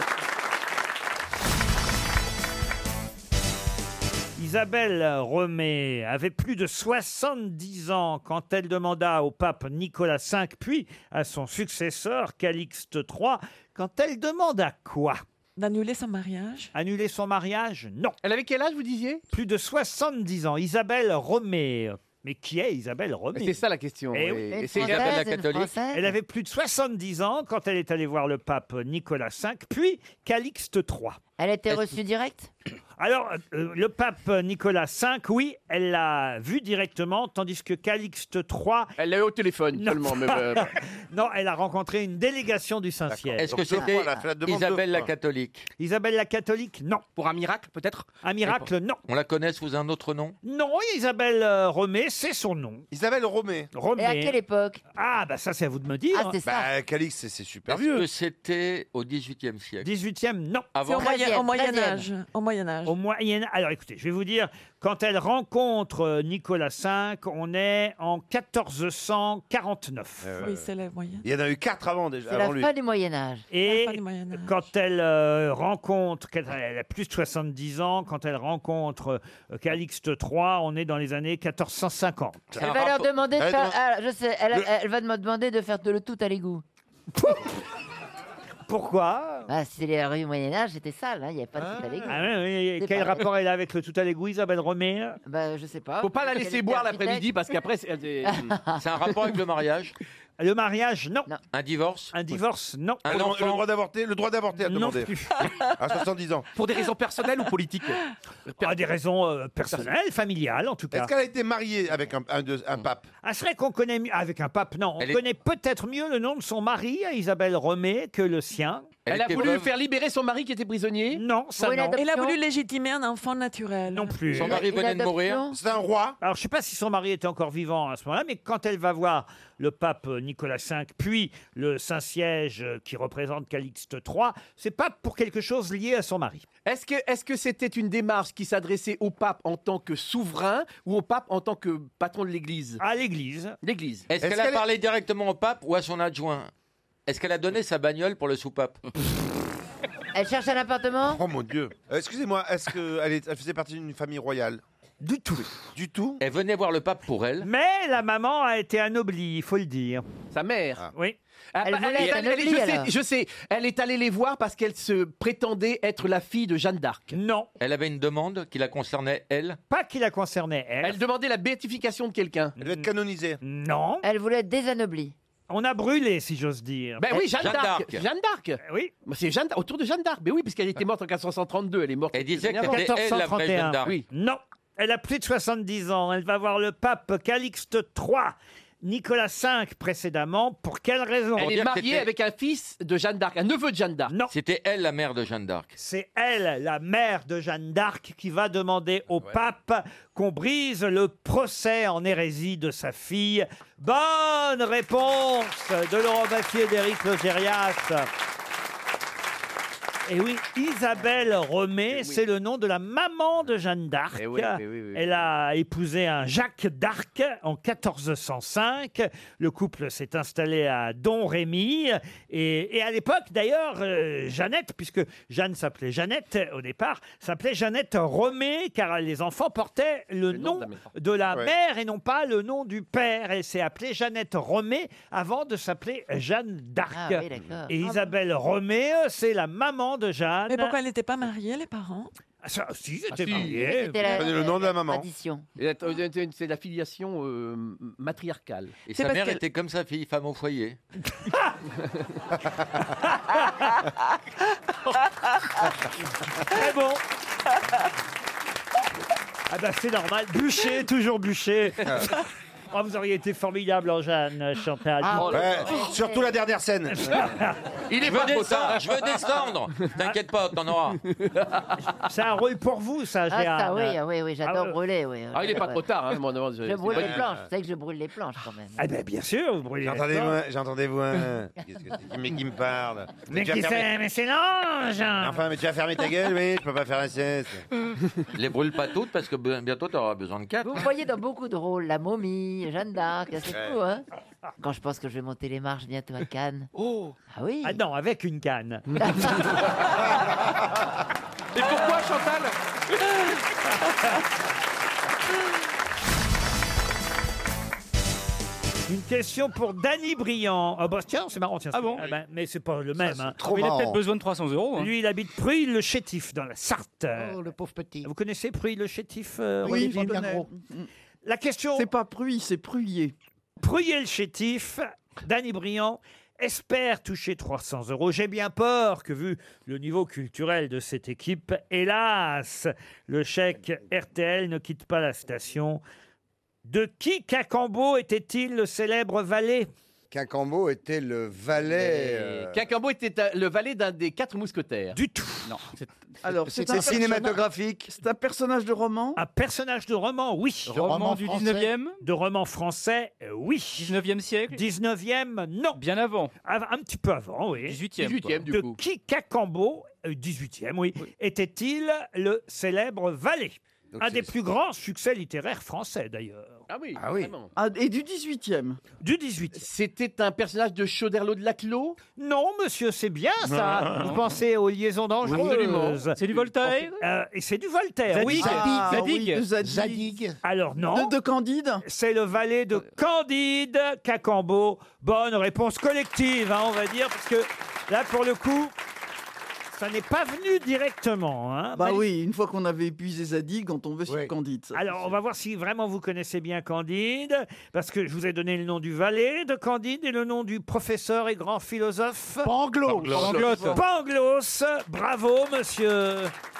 Isabelle Romé avait plus de 70 ans quand elle demanda au pape Nicolas V, puis à son successeur Calixte III, quand elle demanda quoi D'annuler son mariage Annuler son mariage Non. Elle avait quel âge, vous disiez Plus de 70 ans. Isabelle Romé. Mais qui est Isabelle Romé C'est ça la question. Eh oui. Et- et c'est Une Isabelle la Française, une catholique Française. Elle avait plus de 70 ans quand elle est allée voir le pape Nicolas V, puis Calixte III. Elle était reçue direct Alors, euh, le pape Nicolas V, oui, elle l'a vu directement, tandis que Calixte III... Elle l'a eu au téléphone seulement. Mais euh, non, elle a rencontré une délégation du Saint-Siège. Est-ce que c'était Isabelle la catholique Isabelle la catholique, non. Pour un miracle, peut-être Un miracle, non. On la connaît sous un autre nom Non, Isabelle euh, Romé, c'est son nom. Isabelle Romé. Romé. Et à quelle époque Ah, bah ça, c'est à vous de me dire. Ah, c'est ça. Bah, Calix, c'est super Est-ce que c'était au XVIIIe siècle 18e, non. Avant Au Moyen, au Moyen Âge. Au Moyen Âge. Au Moyen Alors écoutez, je vais vous dire, quand elle rencontre euh, Nicolas V, on est en 1449. Oui, c'est le Moyen. Eh Il y en a eu quatre avant déjà. C'est la avant lui. fin du Moyen Âge. Et du Moyen Âge. quand elle euh, rencontre, quand elle a plus de 70 ans, quand elle rencontre euh, Calixte III, on est dans les années 1450. Elle va leur demander de faire. ah, je sais, elle, Le- elle va me demander de faire de le tout à l'égout. Pourquoi ah, C'est les rues Moyen-Âge, c'était sale, hein, il n'y avait pas de tout à l'égout. Ah oui, oui, oui. C'est Quel pas- rapport elle a avec le tout à l'égout, Isabelle Romé bah, Je sais pas. faut pas la Quel laisser était boire l'architecte hmm, l'après-midi parce qu'après, c'est c'est- C'est un rapport avec le mariage Le mariage, non. Un divorce Un divorce, non. Le droit- le droit d'avorter, le droit d'avorter à Non demander. plus. à 70 ans. Pour des raisons personnelles ou politiques Ah, Des raisons euh, personnelles, familiales en tout cas. Est-ce qu'elle a été mariée avec un, un de- un pape Ah, c'est vrai qu'on connaît mieux, avec un pape, non, on connaît peut-être mieux le nom de son mari, Isabelle Romé, que le sien. Elle a voulu faire libérer son mari qui était prisonnier Non, ça non. Il a voulu légitimer un enfant naturel. Non plus. C'est un roi. Alors, je ne sais pas si son mari était encore vivant à ce moment-là, mais quand elle va voir le pape Nicolas V, puis le Saint-Siège euh, qui représente Calixte III, c'est pas pour quelque chose lié à son mari. Est-ce que est-ce que c'était une démarche qui s'adressait au pape en tant que souverain ou au pape en tant que patron de l'Église À l'Église. L'Église. Est-ce qu'elle a parlé directement au pape ou à son adjoint Est-ce qu'elle a donné sa bagnole pour le soupape Elle cherche un appartement Oh mon Dieu. Euh, Excusez-moi, est-ce qu'elle est, elle faisait partie d'une famille royale Du tout. Du tout Elle venait voir le pape pour elle. Mais la maman a été anoblie, il faut le dire. Sa mère. Oui. Ah, Elle bah, voulait est être allée- anoblie, je, sais, alors. je sais, elle est allée les voir parce qu'elle se prétendait être la fille de Jeanne d'Arc. Non. Elle avait une demande qui la concernait, elle Pas qui la concernait, elle. Elle demandait la béatification de quelqu'un. Elle devait être canonisée. Non. Elle voulait être désanoblie. On a brûlé, si j'ose dire. Ben oui, Jeanne d'Arc. Jeanne d'Arc. Ben Oui. C'est Jeanne d'Arc- autour de Jeanne d'Arc. Mais oui, puisqu'elle était morte en 1532. Elle est morte. Elle disait Oui. Non, elle a plus de 70 ans. Elle va voir le pape Calixte III, Nicolas V précédemment. Pour quelle raison Elle est mariée avec un fils de Jeanne d'Arc, un neveu de Jeanne d'Arc. Non. C'était elle la mère de Jeanne d'Arc. C'est elle, la mère de Jeanne d'Arc, qui va demander au pape qu'on brise le procès en hérésie de sa fille. Bonne réponse de Laurent Baffier et d'Éric Logérias. Et Eh oui, Isabelle Romé, c'est le nom de la maman de Jeanne d'Arc. Eh oui, eh oui, oui. Elle a épousé un Jacques d'Arc en 1405. Le couple s'est installé à Don Rémy. Et, et à l'époque, d'ailleurs, euh, Jeannette, puisque Jeanne s'appelait Jeannette euh, au départ, s'appelait Jeannette Romé, car les enfants portaient le, nom, de la Ouais. mère et non pas le nom du père. Elle s'est appelée Jeannette Romé avant de s'appeler Jeanne d'Arc. Ah oui, d'accord. et Ah bon. Isabelle Romé, c'est la maman de Jeanne. Mais pourquoi elle n'était pas mariée, les parents Ah, ça, si, Ah, j'étais si. marié. Et attends, attends, C'est la filiation euh, matriarcale. Et sa mère était comme sa fille, femme au foyer. Très bon. Ah bah c'est normal, bûcher, toujours bûcher. Oh, vous auriez été formidable en Jeanne, Chantal. Ah, Dites- ouais, surtout la dernière scène. Il est je veux descendre, je veux descendre. T'inquiète pas, t'en auras. C'est un rôle pour vous, ça, Ah, Jeanne. ça, oui, ah oui, oui, j'adore Ah, brûler, oui. Ah, il est pas Ouais. trop tard, hein, moi, non, je- Je c'est brûle pas- les planches, vous savez que je brûle les planches quand même. Ah ben bien sûr, vous brûlez. J'entendais la vous porte. un- j'entendais-vous un. Qu'est-ce que c'est qui- Mais qui me parle T'as Mais déjà qui fermé- c'est Mais c'est l'ange Enfin, mais tu as fermé ta gueule, oui, je peux pas faire la sieste. Les brûle pas toutes parce que b- bientôt t'auras besoin de quatre. Vous me voyez dans beaucoup de rôles, la momie, Jeanne d'Arc, c'est Ouais. fou, hein Quand je pense que je vais monter les marches bientôt à Cannes. Oh Ah oui Ah non, avec une canne. Et pourquoi, Chantal Une question pour Danny Briand. Ah bah tiens, c'est marrant. Tiens, ah bon Mais c'est pas le même. hein. trop Il a peut-être marrant. besoin de 300 euros, hein. Lui, il habite Pruy-le-Chétif, dans la Sarthe. Oh, le pauvre petit. Ah, Vous connaissez Pruy-le-Chétif euh, Oui, Olivier je connais. La question... C'est pas Pruy, c'est Pruyé. Pruyé-le-Chétif, Danny Briand espère toucher 300 euros. J'ai bien peur que, vu le niveau culturel de cette équipe, hélas, le chèque RTL ne quitte pas la station. De qui Cacambo était-il le célèbre valet Quimcambo était le valet. euh, Cacambo était euh, le valet d'un des quatre mousquetaires. Du tout. Non. c'est- Alors, c'est- un c'est personnage- C'est un personnage de roman Un personnage de roman, oui. De roman roman du français 19e? De roman français, euh, oui. 19e siècle 19e, non. Bien avant Un petit peu avant, oui. 18e, 18e, du de coup. qui Cacambo, euh, 18e, oui, était-il le célèbre valet Un des plus grands succès littéraires français, d'ailleurs. Ah oui, vraiment. et du 18e Du 18e. C'était un personnage de Chauderlot de Laclos Ah. Non, monsieur, c'est bien ça. Vous pensez aux liaisons dangereuses. Absolument. C'est du Voltaire Euh, Et c'est du Voltaire, Zadig. oui. Ah, Zadig. oui, de Zadig. Alors non. De, Candide C'est le valet de Candide, Cacambo. Bonne réponse collective, hein, on va dire, parce que là, pour le coup... Ça n'est pas venu directement. Hein, Bah Mal- oui, une fois qu'on avait épuisé Zadig, quand on veut sur Candide. ça, Alors, on va voir si vraiment vous connaissez bien Candide, parce que je vous ai donné le nom du valet de Candide et le nom du professeur et grand philosophe. Pangloss. Pangloss. Pangloss. Bravo, monsieur.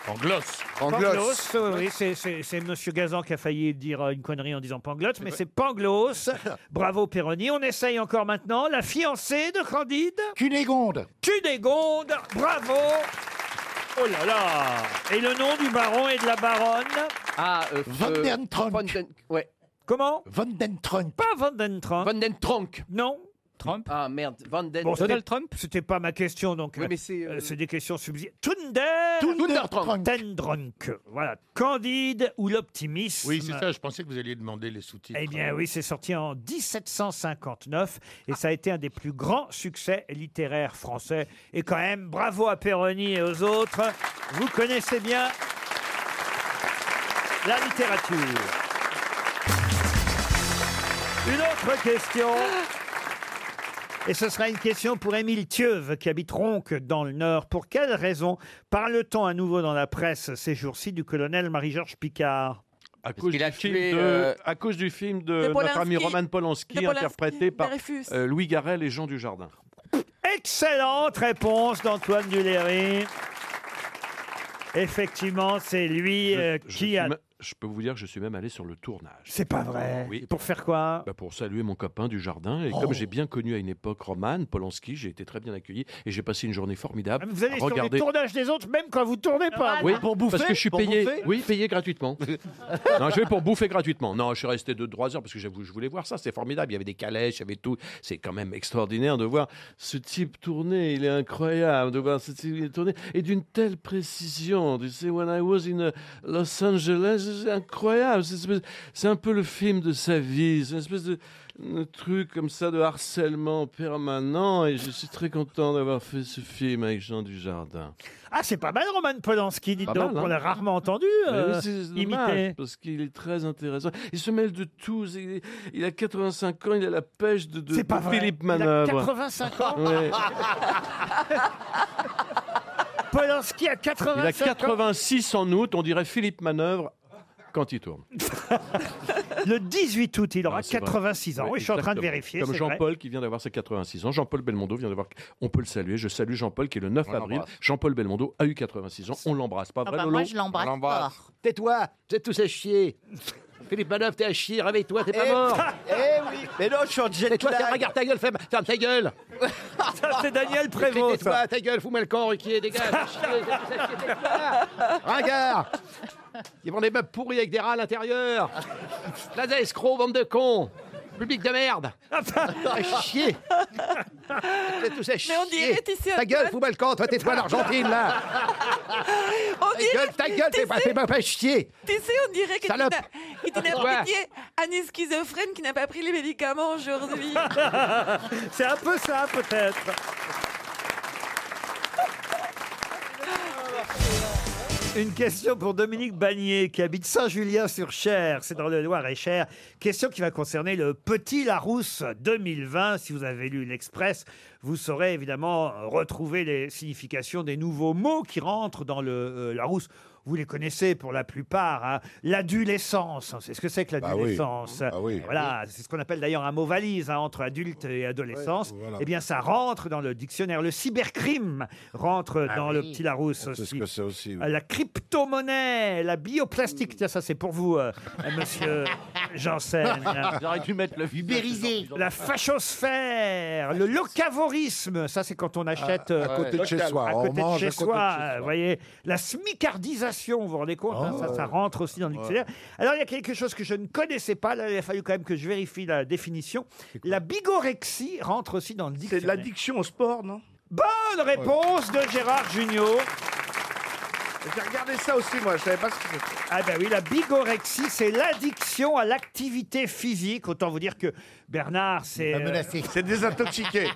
Pangloss. Pangloss, euh, oui, c'est- c'est c'est Monsieur Gazan qui a failli dire euh, une connerie en disant Pangloss, mais c'est Pangloss. Bravo Péroni. On essaye encore maintenant. La fiancée de Candide. Cunégonde. Cunégonde. Bravo. Oh là là. Et le nom du baron et de la baronne. Ah, euh, Van euh, den Tronk. Van den- ouais. Comment Van den Trump. Pas Van den Trump. Van den Trump. Non. Trump Ah merde, Van den Bon, Donald c'était- C'était pas ma question, donc. Oui, mais euh, c'est, euh, euh, c'est des questions subsidiaires. Thunder Thunderdrunk. Thunderdrunk. Voilà. Candide ou l'optimisme. Oui, c'est ça, je pensais que vous alliez demander les sous-titres. Eh bien oui, c'est sorti en 1759 et ça a été un des plus grands succès littéraires français. Et quand même, bravo à Perroni et aux autres. Vous connaissez bien la littérature. Une autre question. Et ce sera une question pour Émile Thieuve, qui habite Ronque, dans le Nord. Pour quelle raison parle-t-on à nouveau dans la presse ces jours-ci du colonel Marie-Georges Picard À cause, qu'il a du film tué, de- euh, à cause du film de de, notre ami Polanski. Roman Polanski, De Polanski, interprété par Dreyfus. euh, Louis Garrel et Jean Dujardin. Excellente réponse d'Antoine Duléry. Effectivement, c'est lui euh, Je qui suis a... me- Je peux vous dire que je suis même allé sur le tournage. C'est pas vrai. Oui. Pour faire quoi Bah, Pour saluer mon copain du jardin. Et Oh. comme j'ai bien connu à une époque Roman Polanski, j'ai été très bien accueilli et j'ai passé une journée formidable. Ah, Vous allez à sur les regarder. tournages des autres, même quand vous tournez Ah, pas. Oui, vous. parce que je suis payé. oui, payé gratuitement. non, je vais pour bouffer gratuitement. Non, je suis resté deux trois heures parce que j'avoue, je voulais voir ça. C'est formidable. Il y avait des calèches, il y avait tout. C'est quand même extraordinaire de voir ce type tourner. Il est incroyable de voir ce type tourner et d'une telle précision. Tu sais, when I was in euh, Los Angeles, c'est incroyable. C'est une espèce- C'est un peu le film de sa vie. C'est une espèce de un truc comme ça de harcèlement permanent. Et je suis très content d'avoir fait ce film avec Jean Dujardin. Ah, c'est pas mal, Roman Polanski, dites Pas donc. mal, hein. On l'a rarement entendu Mais euh, oui, c'est dommage, imiter. parce qu'il est très intéressant. Il se mêle de tout. c'est- Il, il a 85 ans, il a la pêche de, de- C'est pas de vrai. Philippe Il a euh, Manœuvre. 85 ans Ouais. Polanski a Il a 85 ans. 86 en août, on dirait Philippe Manœuvre quand il tourne. Ah, Le 18 août, il aura C'est vrai. 86 ans. Ouais, oui, je suis en train de exactement. vérifier. Comme c'est Jean-Paul vrai. qui vient d'avoir ses 86 ans. Jean-Paul Belmondo vient d'avoir. On peut le saluer. Je salue Jean-Paul qui est le 9 On avril. l'embrasse. Jean-Paul Belmondo a eu 86 ans. On l'embrasse. Pas Ah vrai, bah, Lolo moi, je l'embrasse On l'embrasse. fort. Tais-toi, vous êtes tous à chier. Philippe Manoff, t'es à chier, réveille-toi, t'es Eh, pas mort. Ah, eh oui. Mais non, je suis en jet Tais-toi, lag. ferme- regarde ta gueule, ferme, ferme ta gueule. Ça, c'est Daniel Prévost. Tais-toi, ta gueule, fous-moi le camp, Ruquier, dégage. Ah Ringard Ils vendent des meubles pourris avec des rats à l'intérieur. Plaza escroc, bande de cons. Public de merde. Ah, À chier. Vous êtes tous à chier. Mais on dirait Tissé Ta gueule, fous-moi le camp, toi, tais-toi, l'Argentine, là. On Ta gueule, ta gueule, fais pas, fais pas, pas chier. Tu sais, on dirait que tu Salope. n'as- que tu n'as Ouais. pas pitié à une schizophrène qui n'a pas pris les médicaments aujourd'hui. c'est un peu ça, peut-être. Une question pour Dominique Bagnier qui habite Saint-Julien-sur-Cher, c'est dans le Loir-et-Cher. Question qui va concerner le Petit Larousse 2020. Si vous avez lu l'Express, vous saurez évidemment retrouver les significations des nouveaux mots qui rentrent dans le euh, Larousse. Vous les connaissez pour la plupart. hein. L'adolescence, hein, c'est ce que c'est que Bah oui. l'adolescence. Voilà, c'est ce qu'on appelle d'ailleurs un mot valise hein, entre adulte et adolescence. Ouais, voilà. Eh bien, ça rentre dans le dictionnaire. Le cybercrime rentre Ah dans le Petit Larousse C'est ce aussi. que c'est aussi. oui. Euh, La crypto-monnaie, la bioplastique, tiens, ça c'est pour vous, euh, euh, monsieur Janssen. J'aurais dû mettre le Ubérisé. La fachosphère, le locavorisme, ça c'est quand on achète À- à euh, côté de chez soi, à on côté de mange chez à côté de soi, chez euh, soi. vous voyez. La smicardisation, vous vous rendez compte, hein, ça, ça rentre aussi dans le dictionnaire. Alors il y a quelque chose que je ne connaissais pas, là il a fallu quand même que je vérifie la définition. La bigorexie rentre aussi dans le dictionnaire. C'est l'addiction au sport, non Bonne réponse de Gérard Junior. J'ai regardé ça aussi, moi. Je savais pas ce que c'était. Ah ben oui, la bigorexie, c'est l'addiction à l'activité physique. Autant vous dire que Bernard, c'est... euh, C'est désintoxiqué.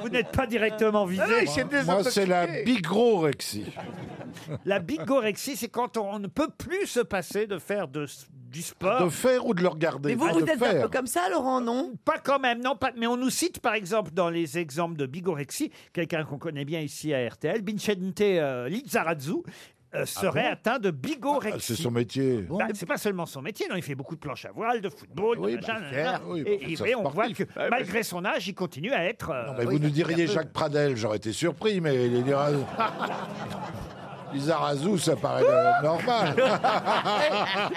Vous n'êtes pas directement visé. Ah non, il s'est Moi, c'est la bigrorexie. La bigorexie, c'est quand on ne peut plus se passer de faire de, du sport. De faire ou de le regarder Mais vous, vous êtes un peu comme ça, Laurent, non Pas quand même, non. Pas, mais on nous cite, par exemple, dans les exemples de Bigorexie, quelqu'un qu'on connaît bien ici à RTL, Bincente euh, Lizarazu, euh, serait Ah bon Ah, atteint de bigorexie. C'est son métier. Bah, c'est pas seulement son métier, non, il fait beaucoup de planches à voile, de football, de Oui, machin, bah, nan, fier, nan. oui, bah, et, faut et que ça oui, se on voit sportive. que Ouais, mais malgré son âge, il continue à être. euh, Non, mais oui, Ah bah, vous nous un diriez peu- Jacques Pradel, j'aurais été surpris, mais les Lizarazu, Lizarazu, ça paraît euh, normal.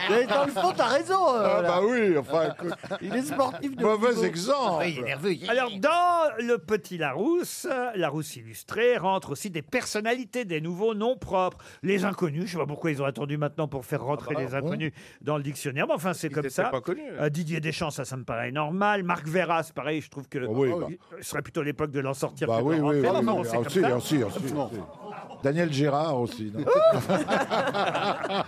Mais dans le fond, t'as raison. euh, Ah voilà. bah oui, enfin, écoute. Il est sportif de Mauvais niveau. exemple. Oui, il est nerveux, il est- Alors, dans le petit Larousse, euh, Larousse illustré, rentrent aussi des personnalités, des nouveaux noms propres. Les inconnus, je sais pas pourquoi ils ont attendu maintenant pour faire Ah rentrer bah, les bon. inconnus dans le dictionnaire, mais enfin, c'est comme étaient ça. pas connus. Euh, Didier Deschamps, ça, ça me paraît normal. Marc Verras, pareil, je trouve que oui, bah. ce serait plutôt l'époque de l'en sortir Bah que de oui, le oui, rentrer. oui, mais enfin, oui. bon, c'est Ah, comme si, ça. ah, si, ah, si, ah, si. Daniel Gérard aussi. non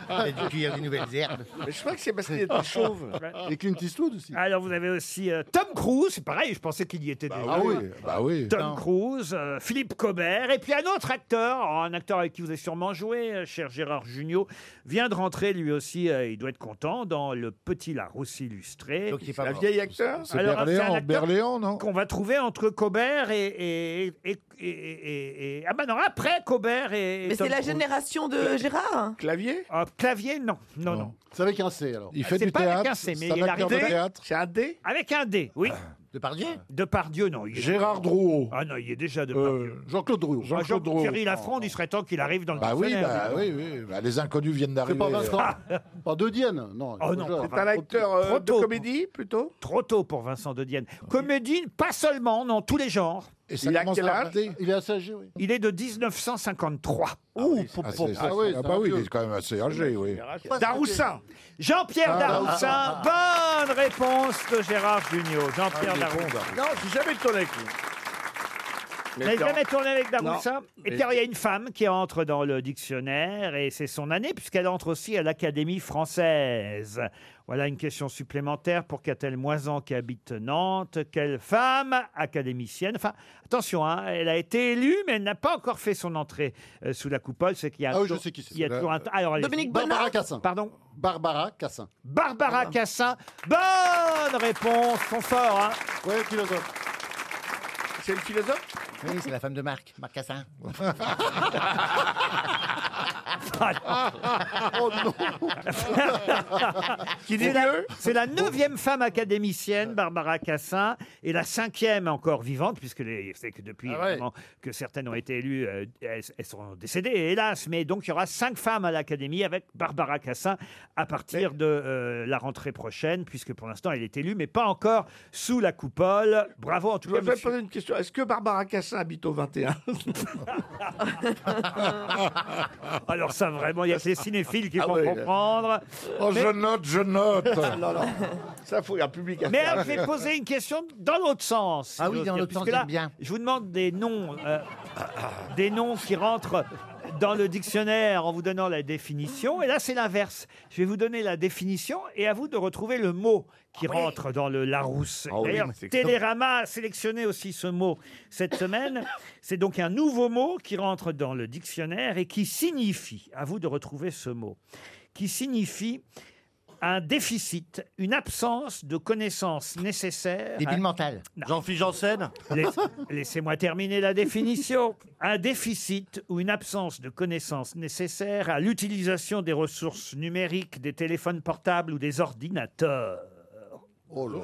Ah Et puis, il y a des nouvelles herbes. Mais je crois que c'est parce qu'il était chauve. Et Clint Eastwood aussi. Ah, Alors vous avez aussi euh, Tom Cruise, c'est pareil, je pensais qu'il y était déjà. oui, bah oui. Tom Non. Cruise, euh, Philippe Cobert, et puis un autre acteur, un acteur avec qui vous avez sûrement joué, euh, cher Gérard Jugnot, vient de rentrer lui aussi, euh, il doit être content, dans Le Petit Larousse illustré. Donc c'est pas Un mort. vieil acteur C'est Berléand, non Qu'on va trouver entre Cobert et... et- et- et- et- et- ah bah non, après Cobert et... et Mais Tom c'est la Cruise. génération de Gérard. Clavier Ah, Clavier, non. Non, non. C'est avec un C alors. Ah, c'est pas avec un C, mais il arrive C'est un D Avec un D, oui. Ah. Ah. Depardieu Depardieu, non. Gérard Drouot. Euh, Ah non, il est déjà Depardieu. Ah, Jean-Claude Drouot. Jean-Claude Thierry Lafronde, il serait temps qu'il arrive dans le Bah oui, dictionnaire, bah dis donc. oui, oui. Bah, les inconnus viennent d'arriver. Ah. pas Vincent. Pas de Dienne, non. Oh non, C'est un acteur euh, de comédie plutôt Trop tôt pour Vincent de Dienne. Comédie, pas seulement, non, tous les genres. Et ça Il a commence quel à âge rater. Il est assez âgé, oui. Il est de 1953. Ah, c'est- ah oui, ah bah oui, il est quand même assez âgé, oui. Daroussin. Jean-Pierre Ah, Daroussin. Bonne réponse de Gérard Jugnot. Jean-Pierre Ah, il est bon, Daroussin. Daroussin. Non, je suis jamais tourné avec lui. Vous n'avez jamais tourné avec Non. Daroussin Et puis alors, il y a une femme qui entre dans le dictionnaire et c'est son année puisqu'elle entre aussi à l'Académie française. Voilà une question supplémentaire pour Catel Moisan qui habite Nantes. Quelle femme académicienne Enfin, attention, hein, elle a été élue mais elle n'a pas encore fait son entrée euh, sous la coupole. C'est qu'il y a Ah oui, je toujours- sais qui c'est. il y a La- toujours un- alors, allez-y. Dominique Bernard Barbara Cassin. Pardon Barbara Cassin. Barbara Cassin. Bonne réponse, confort. Hein. Oui, philosophe. C'est le philosophe Oui, c'est la femme de Marc, Marc Cassin. oh non C'est la- C'est la neuvième femme académicienne, Barbara Cassin, et la cinquième encore vivante, puisque les, c'est que depuis Ah évidemment, que certaines ont été élues, euh, elles, elles sont décédées, hélas. Mais donc il y aura cinq femmes à l'académie avec Barbara Cassin à partir de euh, la rentrée prochaine, puisque pour l'instant elle est élue, mais pas encore sous la coupole. Bravo en tout Je cas. voudrais monsieur. poser une question. Est-ce que Barbara Cassin habite au 21 Alors ça vraiment, il y a que les cinéphiles qui Ah vont oui, là. comprendre. Oh, je note, je note. Non, non. Ça, faut un public à Mais faire. je vais poser une question dans l'autre sens. Ah oui, j'ose dans dire, l'autre sens, puisque là, j'aime bien. Je vous demande des noms, euh, des noms qui rentrent dans le dictionnaire en vous donnant la définition. Et là, c'est l'inverse. Je vais vous donner la définition et à vous de retrouver le mot qui rentre dans le Larousse. Ah oui, D'ailleurs, c'est comme- Télérama a sélectionné aussi ce mot cette semaine. C'est donc un nouveau mot qui rentre dans le dictionnaire et qui signifie, à vous de retrouver ce mot, qui signifie un déficit, une absence de connaissances nécessaires. Débile mental. Jean-Philippe Janssen Laissez-moi terminer la définition. Un déficit ou une absence de connaissances nécessaires à l'utilisation des ressources numériques, des téléphones portables ou des ordinateurs.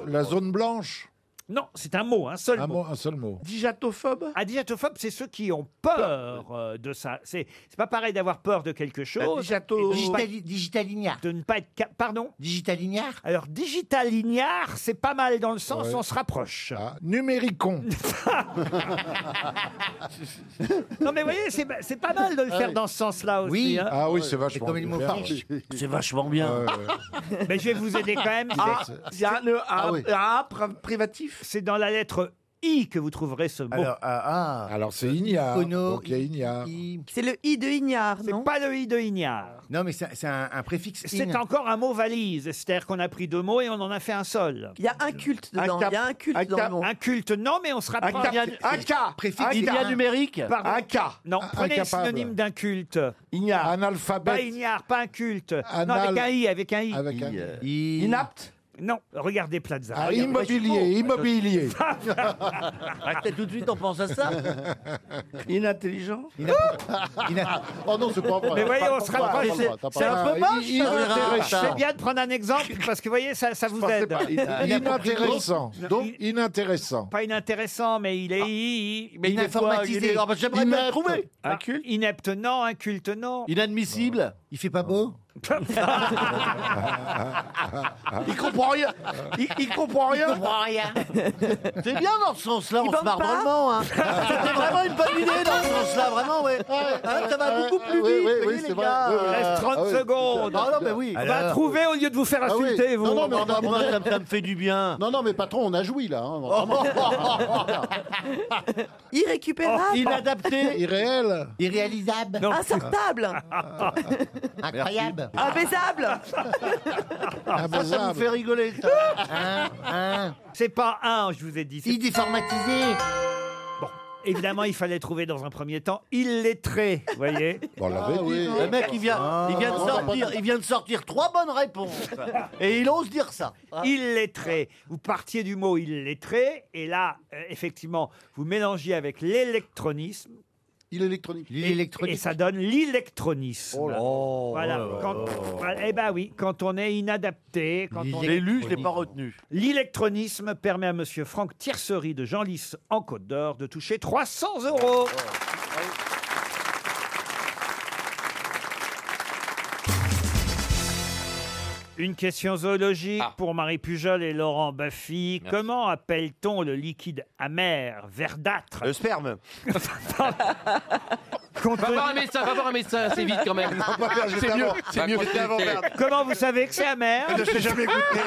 La zone blanche Non, c'est un mot, un seul un mot. mot- un seul mot. Digatophobe Ah, digatophobe, c'est ceux qui ont peur euh, de ça. C'est c'est pas pareil d'avoir peur de quelque chose. digato- Digitali- Digitalignard. De ne pas être. cap- Pardon Digitalignard Alors, digitalignard, c'est pas mal dans le sens, Ouais. Ah, on se rapproche. Numéricon. non, mais vous voyez, c'est c'est pas mal de le Ah faire oui. dans ce sens-là aussi. Oui. hein. Ah oui, c'est vachement comme il bien. C'est vachement bien. Mais je vais vous aider quand même. Ah, il y a un, un- Ah oui. un- un privatif C'est dans la lettre I que vous trouverez ce mot. Alors, Alors c'est Ignard. Donc il y a Ignard. C'est le I de Ignard, non C'est pas le I de Ignard. Non, mais c'est c'est un, un préfixe. C'est encore un mot valise, c'est-à-dire qu'on a pris deux mots et on en a fait un seul. Il y a un culte dedans, cap- il y a un culte un dans le cap- mot. Un culte, non, mais on se rapproche. Un cap- Un cap- préfixe Il y a- ignare. Pardon. Un cas. Non, Un- prenez le incapable. synonyme d'un culte. Ignare. Analphabète. Pas ignare, pas un culte. Non, Anal- avec un I, avec un I. Avec un I. euh, Inapte Non, regardez Plaza. Ah, Regardez. immobilier, immobilier. Ah, tout de suite, on pense à ça. Inintelligent Oh non, c'est pas vrai. Mais voyez, Pas- on se pas- pas- rapproche. pas- C'est- pas- pas- C'est un pas- peu moche. i- inintéressant. C'est bien de prendre un exemple parce que vous voyez, ça, ça vous aide. pas. Il- il- Inintéressant. Donc inintéressant. Pas inintéressant, mais il est. i- i- mais il est quoi Informatisé. Il est- Alors, bah, j'aimerais bien le trouver. Un culte Ah, Inepte, non. Un culte, non. Ah. Inadmissible. Il fait pas beau. Il comprend rien. Il, il comprend rien. C'est bien dans ce sens-là, Il on se bande marre pas vraiment. Hein. C'était vraiment une bonne idée dans ce sens-là, vraiment, ouais. Hein, ça va beaucoup plus vite, Oui, oui, voyez, oui, les c'est vrai. gars. Oui, oui. euh, Reste 30 ah oui. secondes. Ah non, mais oui. On va trouver au lieu de vous faire Ah insulter, vous. Non, non, mais ça, me fait du bien. Non, non, mais patron, on a joui là. hein, Oh, vraiment. Irrécupérable. Oh, Inadapté. Irréel. Irréalisable. Non. Insortable. Incroyable. Imbaisable. Ah, ça, ça vous fait rigoler. ça. C'est pas un, je vous ai dit. Il déformatisé. Bon, évidemment, il fallait trouver dans un premier temps illettré, vous voyez. Bon, Ah oui. Le mec, il vient, Ah. il, vient de sortir, il vient de sortir trois bonnes réponses. Et il ose dire ça. Ah. Illettré. Vous partiez du mot illettré, et là, euh, effectivement, vous mélangez avec l'électronisme. L'électronique. Et, ça donne l'électronisme. Oh voilà. Quand- voilà. Eh ben oui, quand on est inadapté, quand on Je l'ai lu, je l'ai pas retenu. L'électronisme permet à Monsieur Franck Tiercery de Genlis en Côte d'Or de toucher 300 euros. Une question zoologique Ah. pour Marie Pujol et Laurent Baffy. Comment appelle-t-on le liquide amer, verdâtre Le sperme. Va voir un médecin, va voir un médecin, c'est vite quand même. On va faire juste C'est mieux, avant. c'est Va mieux. consulter avant, merde. Comment vous savez que c'est amer Je sais jamais goûté.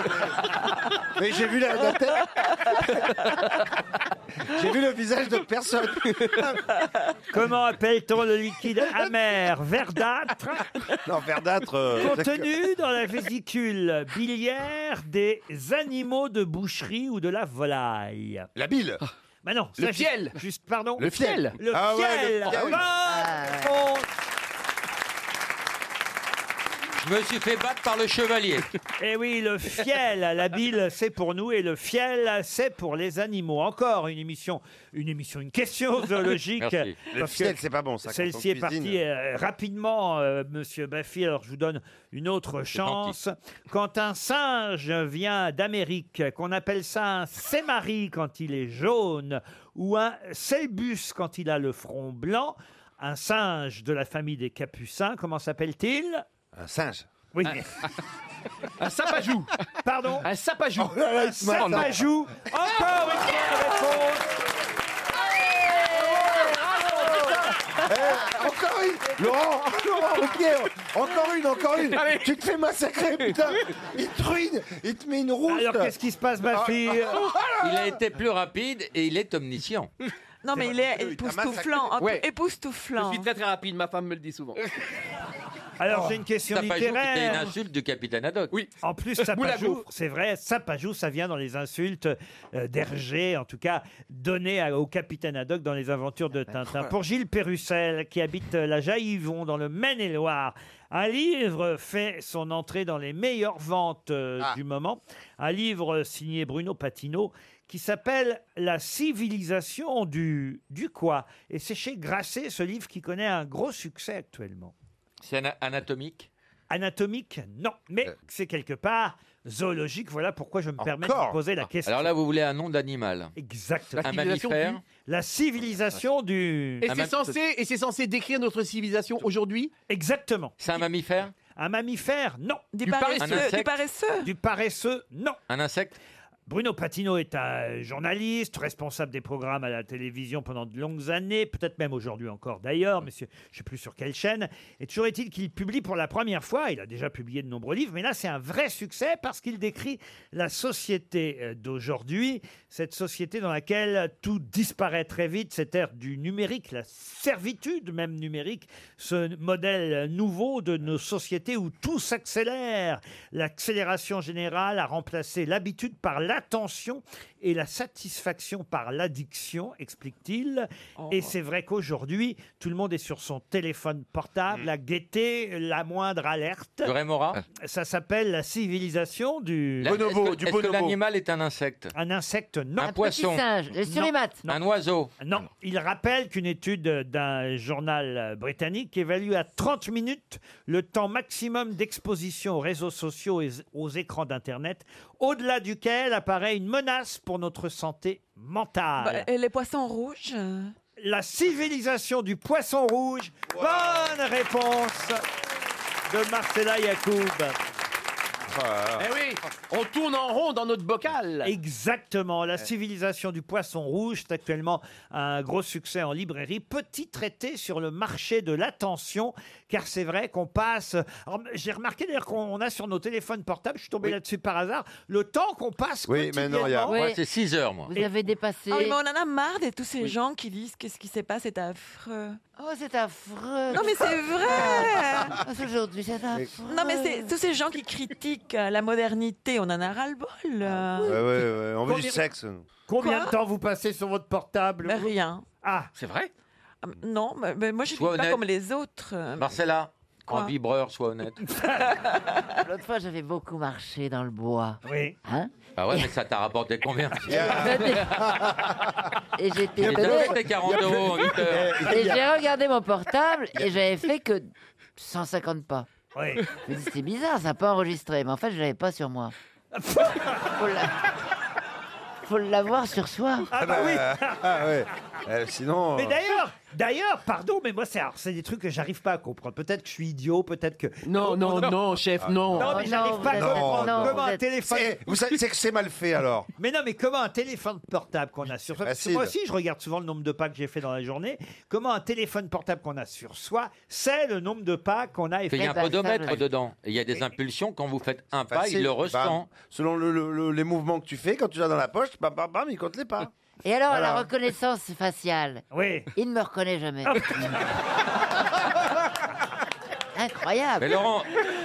Mais j'ai vu la, tête. J'ai vu le visage de personne. Comment appelle-t-on le liquide amer, verdâtre Non, verdâtre. euh, contenu dans la vésicule biliaire des animaux de boucherie ou de la volaille La bile. Bah non, Le ça, ju- fiel. Juste, pardon. Le fiel. Le Ah ouais, fiel. le- ah oui. Bonne réponse. Je me suis fait battre par le chevalier. Eh oui, le fiel, la bile, c'est pour nous et le fiel, c'est pour les animaux. Encore une émission, une émission, une question zoologique. Merci. Le Parce fiel, que c'est pas bon, ça, quand on Celle-ci cuisine. est partie euh, rapidement, euh, Monsieur Baffy. Alors je vous donne une autre chance. Quand un singe vient d'Amérique, qu'on appelle ça un sémari quand il est jaune ou un selbus quand il a le front blanc, un singe de la famille des capucins, comment s'appelle-t-il Un singe. Oui. Un sapajou. Pardon Un sapajou. Ah, un sapajou. Euh, Encore une bonne réponse. Eh, encore une Laurent, Laurent, ok, encore une, encore une Tu te fais massacrer, putain Il te ruine, il te met une route Alors qu'est-ce qui se passe, Ah. ma fille Il a été plus rapide et il est omniscient. Non, mais il est époustouflant. un peu Ouais. Époustouflant. Je suis très très rapide, ma femme me le dit souvent. Alors, j'ai une question Tapajou, littéraire. C'était une insulte du capitaine Haddock. Oui. En plus, sapajou, c'est vrai, sapajou, ça vient dans les insultes euh, d'Hergé, en tout cas, données à- au capitaine Haddock dans les aventures de Tintin. Pour Gilles Pérussel, qui habite euh, la Jaillivon, dans le Maine-et-Loire, un livre fait son entrée dans les meilleures ventes euh, du moment. Un livre euh, signé Bruno Patino qui s'appelle La civilisation du... du quoi Et c'est chez Grasset, ce livre qui connaît un gros succès actuellement. C'est ana- anatomique. Euh. Anatomique, non. Mais c'est quelque part zoologique. Voilà pourquoi je me permets de vous poser la question. Alors là, vous voulez un nom d'animal. Exactement. Un mammifère. La civilisation du... Et c'est censé, et c'est censé décrire notre civilisation aujourd'hui Exactement. C'est un mammifère Un mammifère, non. Du paresseux, Un insecte Du paresseux, non. Un insecte Bruno Patino est un journaliste, responsable des programmes à la télévision pendant de longues années, peut-être même aujourd'hui encore d'ailleurs, mais c'est- je ne sais plus sur quelle chaîne. Et toujours est-il qu'il publie pour la première fois, il a déjà publié de nombreux livres, mais là c'est un vrai succès parce qu'il décrit la société euh, d'aujourd'hui, cette société dans laquelle tout disparaît très vite, cette ère du numérique, la servitude même numérique, ce modèle nouveau de nos sociétés où tout s'accélère. L'accélération générale a remplacé l'habitude par l'attention et la satisfaction par l'addiction, explique-t-il. Et c'est vrai qu'aujourd'hui, tout le monde est sur son téléphone portable à guetter la moindre alerte. Le rémora Ça s'appelle la civilisation Ah. du La- est-ce que- est-ce que l'animal est un insecte Un insecte, non. Un poisson Non. Un oiseau Non. Il rappelle qu'une étude d'un journal euh, britannique évalue à 30 minutes le temps maximum d'exposition aux réseaux sociaux et aux écrans d'Internet, au-delà duquel apparaît une menace pour notre santé mentale. Bah, et les poissons rouges euh, La civilisation du poisson rouge. Bonne réponse de Marcella Yacoub. Eh oui, on tourne en rond dans notre bocal. Exactement. La civilisation du poisson rouge c'est actuellement un gros succès en librairie. Petit traité sur le marché de l'attention, car c'est vrai qu'on passe. Alors, J'ai remarqué d'ailleurs qu'on a sur nos téléphones portables, je suis tombé là-dessus par hasard, le temps qu'on passe. Oui, mais non, il y a- quotidiennement. moi, Oui. c'est six heures, moi. Vous Et- avez dépassé. Ah oui, mais on en a marre de tous ces gens qui disent qu'est-ce qui se passe, c'est affreux. Oh, c'est affreux. Non mais c'est vrai Ah, c'est Aujourd'hui, c'est affreux. Non mais c'est tous ces gens qui critiquent euh, la modernité, on en a ras-le-bol. euh. Ouais, ouais, ouais, on veut du Combien- sexe. nous. Ah Combien Quoi de temps vous passez sur votre portable Mais Rien. Ah C'est vrai Ah, Non, mais, mais moi je ne Sois suis pas honnête. comme les autres. euh. Ah, Marcella, Quoi en vibreur, sois honnête. L'autre fois, j'avais beaucoup marché dans le bois. Oui. Hein Ah ouais, mais ça t'a rapporté combien Et j'étais T'as très- fait tes 40 euros en 8 heures. Et j'ai regardé mon portable et j'avais fait que 150 pas. Oui. Je me dis, c'est bizarre, ça n'a pas enregistré. Mais en fait, je l'avais pas sur moi. Oh Faut l'a- Faut l'avoir sur soi. Ah bah oui. Ah ouais. Euh, sinon. Mais euh, d'ailleurs, d'ailleurs, pardon, mais moi c'est alors, c'est des trucs que j'arrive pas à comprendre. Peut-être que je suis idiot, peut-être que Oh, Non, non, non, chef, non. Non, mais Oh, j'arrive non, pas à vous êtes- comprendre non, comment vous un êtes- téléphone. C'est- vous savez, c'est que c'est mal fait, alors. Mais non, mais comment un téléphone portable qu'on a sur soi Parce que facile. moi aussi, je regarde souvent le nombre de pas que j'ai fait dans la journée. Comment un téléphone portable qu'on a sur soi, c'est le nombre de pas qu'on a Il y a un effectué. podomètre dedans. Et il y a des impulsions. Quand vous faites un pas, il le ressent. Bam. Bah, Selon le- le- le- les mouvements que tu fais, quand tu l'as dans la poche, bam, bam, bam, il compte les pas. Et alors, Voilà. la reconnaissance faciale. Oui. Il ne me reconnaît jamais. Incroyable. Mais Laurent,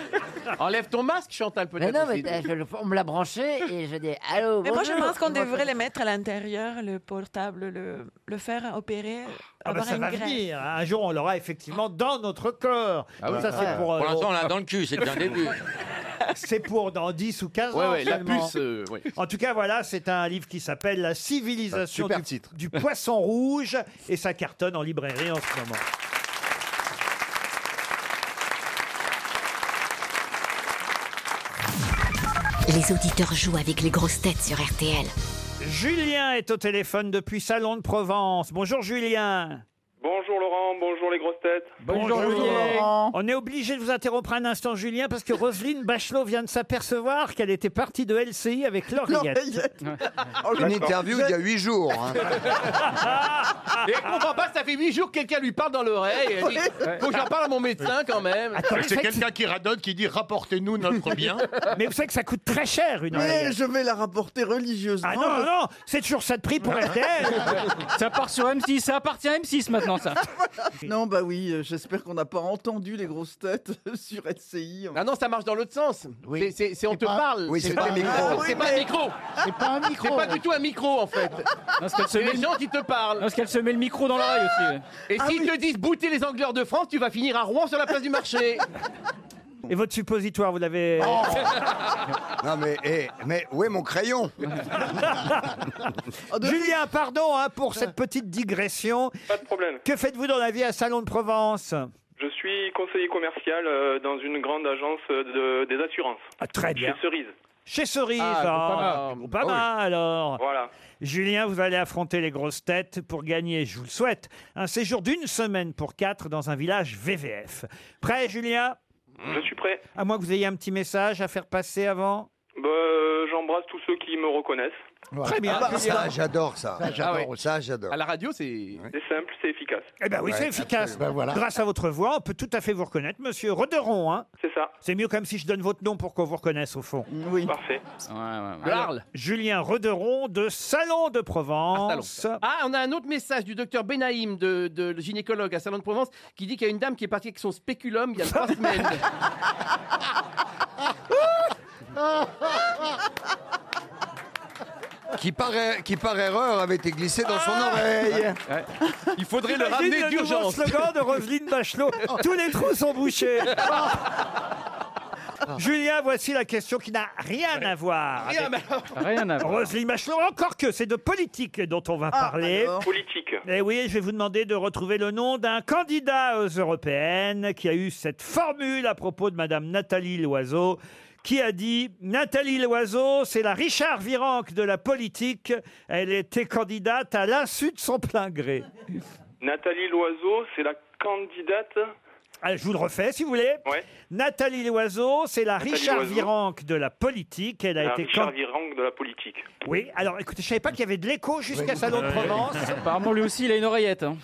enlève ton masque, Chantal, Mais peut-être. non, aussi. mais euh, je le- on me l'a branché et je dis Oh, allô. Mais moi je bonjour, pense qu'on tu me reconnais- devrait les mettre à l'intérieur, le portable, le, le faire opérer, Ah bah, avoir ça une va greffe. venir. Un jour, on l'aura effectivement dans notre corps. Donc ça, c'est pour, Ah Pour euh, l'instant, on l'a dans le cul, c'est déjà un début. C'est pour dans 10 ou 15 Ouais, ans. ouais, la seulement. puce, euh, oui. En tout cas, voilà, c'est un livre qui s'appelle La civilisation Super du, titre. du poisson rouge et ça cartonne en librairie en ce moment. Les auditeurs jouent avec les grosses têtes sur RTL. Julien est au téléphone depuis Salon de Provence. Bonjour Julien. Bonjour Laurent, bonjour les grosses têtes. On est obligé de vous interrompre un instant, Julien, parce que Roselyne Bachelot vient de s'apercevoir qu'elle était partie de LCI avec Lauriette. Une interview il y a huit jours. Et elle Ah. comprend pas, Ah, ça fait 8 jours que quelqu'un lui parle dans l'oreille. Elle dit, Ouais. Faut que j'en parle à mon médecin quand même. Euh, C'est quelqu'un qui radote, qui dit rapportez-nous notre bien. Mais vous savez que ça coûte très cher une oreille. je vais la rapporter religieusement. Ah non, non, non, c'est toujours ça de prix pour RTL. ça part sur M6, ça appartient à M6 maintenant, ça. Non, bah oui, euh, j'espère qu'on n'a pas entendu les grosses têtes sur LCI. Ah non, ça marche dans l'autre sens. C'est- C'est c'est- on te pas- parle. oui, c'est pas un micro. Ah oui, C'est pas mais- un micro. C'est pas un micro. C'est pas du tout un micro en fait. parce qu'elle se C'est met les le- gens qui te parlent. Parce qu'elle se met le micro dans l'oreille aussi. Et Ah s'ils te disent bouter les angleurs de France, tu vas finir à Rouen sur la place du marché. Et votre suppositoire, vous l'avez. Oh. Non mais, eh, mais où est mon crayon Ah, Julien, pardon hein, pour cette petite digression. Pas de problème. Que faites-vous dans la vie à Salon de Provence Je suis conseiller commercial euh, dans une grande agence euh, de, des assurances. Ah, très bien. Chez Cerise. Chez Cerise. Ah, ah, Groupama. Groupama, Ah oui. alors. Voilà. Julien, vous allez affronter les grosses têtes pour gagner, je vous le souhaite, un séjour d'une semaine pour quatre dans un village VVF. Prêt, Julien Je suis prêt. À moins que vous ayez un petit message à faire passer avant Bah, euh, j'en j'embrasse tous ceux qui me reconnaissent. Très bien. Ah, Ah, bah, ça, j'adore ça. Ça, j'adore Ah oui. Ça, j'adore. Bah, la radio, c'est. C'est simple, c'est efficace. Eh ben oui, c'est efficace. Grâce à votre voix, on peut tout à fait vous reconnaître, monsieur Roderon. Hein c'est ça. C'est mieux comme si je donne votre nom pour qu'on vous reconnaisse, au fond. Oui. Parfait. Alors, Julien Roderon de Salon de Provence. Ah, on a un autre message du docteur Benaïm, de, de- le gynécologue à Salon de Provence, qui dit qu'il y a une dame qui est partie avec son spéculum il y a trois semaines. Qui par, qui par erreur avait été glissé dans son oreille. Il faudrait le J'imagine ramener le nouveau d'urgence. slogan de Roselyne Bachelot. Tous les trous sont bouchés. Julien, voici la question qui n'a rien à voir. Rien avec à- Rien à voir. Roselyne Bachelot, encore que c'est de politique dont on va parler. Politique. Eh oui, je vais vous demander de retrouver le nom d'un candidat aux européennes qui a eu cette formule à propos de Madame Nathalie Loiseau, qui a dit Nathalie Loiseau, c'est la Richard Virenque de la politique. Elle était candidate à l'insu de son plein gré. Nathalie Loiseau, c'est la candidate. Ah, je vous le refais si vous voulez. Ouais. Nathalie Loiseau, c'est la Nathalie Richard Loiseau. Virenque de la politique. Elle a la été Richard can- Virenque de la politique. Oui, alors écoutez, je savais pas qu'il y avait de l'écho jusqu'à Salon de Ouais. Provence. Euh, Ah, bah. Apparemment, lui aussi, il a une oreillette. hein.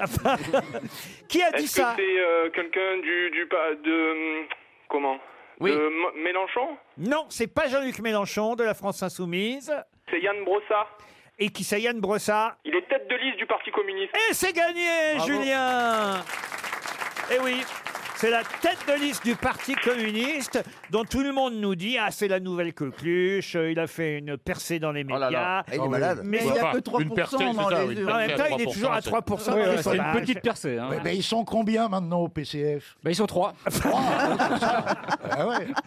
Qui a dit Est-ce que ça c'est euh, quelqu'un du, du. pa- de. hum, Comment De M- Mélenchon Non, c'est pas Jean-Luc Mélenchon de la France Insoumise. C'est Yann Brossard. Et qui c'est Yann Brossard Il est tête de liste du Parti communiste. Et c'est gagné, Bravo. Julien Eh oui c'est la tête de liste du Parti communiste dont tout le monde nous dit Ah, c'est la nouvelle coqueluche, euh, il a fait une percée dans les médias. là là. Ah, il est malade. Mais il y a Enfin, que une 3% percée, c'est dans ça, les oui, une urnes. En même temps, percée à il est toujours à 3%, 3%. c'est- Ouais, dans les ouais, c'est une sondages. petite percée, hein. Ouais, ben, ils sont combien maintenant au PCF Ils sont trois. Ah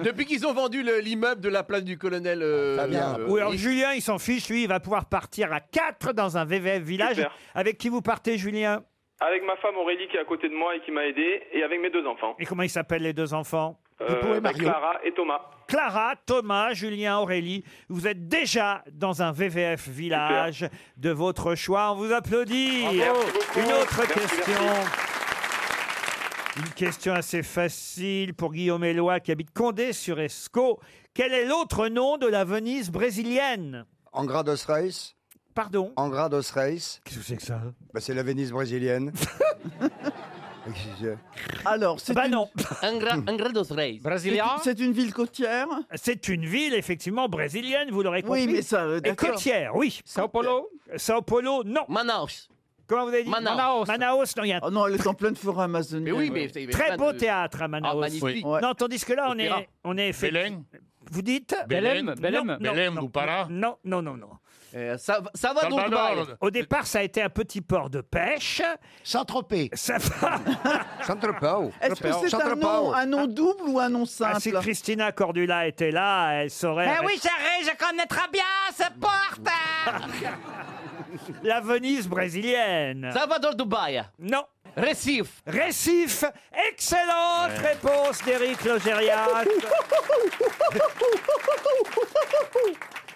Depuis qu'ils ont vendu le- l'immeuble de la place du colonel. Ah, euh, euh, Oui, alors Eric- Julien, il s'en fiche, lui, il va pouvoir partir à 4 dans un VVF village. Super. Avec qui vous partez, Julien Avec ma femme Aurélie qui est à côté de moi et qui m'a aidé, et avec mes deux enfants. Et comment ils s'appellent les deux enfants Euh, avec Clara et Thomas. Clara, Thomas, Julien, Aurélie, vous êtes déjà dans un VVF village de votre choix. On vous applaudit. Bravo. Merci beaucoup. Une autre Merci, question. merci. Une question assez facile pour Guillaume Eloi qui habite Condé-sur-Escaut. Quel est l'autre nom de la Venise brésilienne Angra dos Reis. Pardon Angra dos Reis. Qu'est-ce que c'est que ça bah, C'est la Venise brésilienne. Alors, c'est Bah non Angra dos Reis. C'est- C'est une ville côtière. C'est une ville, effectivement, brésilienne, vous l'aurez compris. Oui, mais ça, euh, Et d'accord. côtière, oui. Sao Paulo Sao Paulo, non. Manaus. Comment vous avez dit Manaus. Manaus, non, il y a... Oh non, elle est en pleine forêt amazonienne. Mais oui, mais- mais- Très mais- beau de- théâtre à Manaus. Ah, magnifique. Non, tandis que là, on est, Opéra. on est effectu- Belém Vous dites Belém, Non, Belém. non, Belém non, do Pará Non, non, non, non. Euh, ça, va- ça va donc mal. Au départ, ça a été un petit port de pêche. Saint-Tropez. Saint-Tropez. Est-ce que c'est un nom, un nom double ou un nom simple Eh Ah, si Christina Cordula était là, elle saurait. Ben Mais oui, Saré, je connais très bien ce porte La Venise brésilienne. Salvador Dubaï. Non. Récif. Récif. Excellente réponse d'Éric Logériat.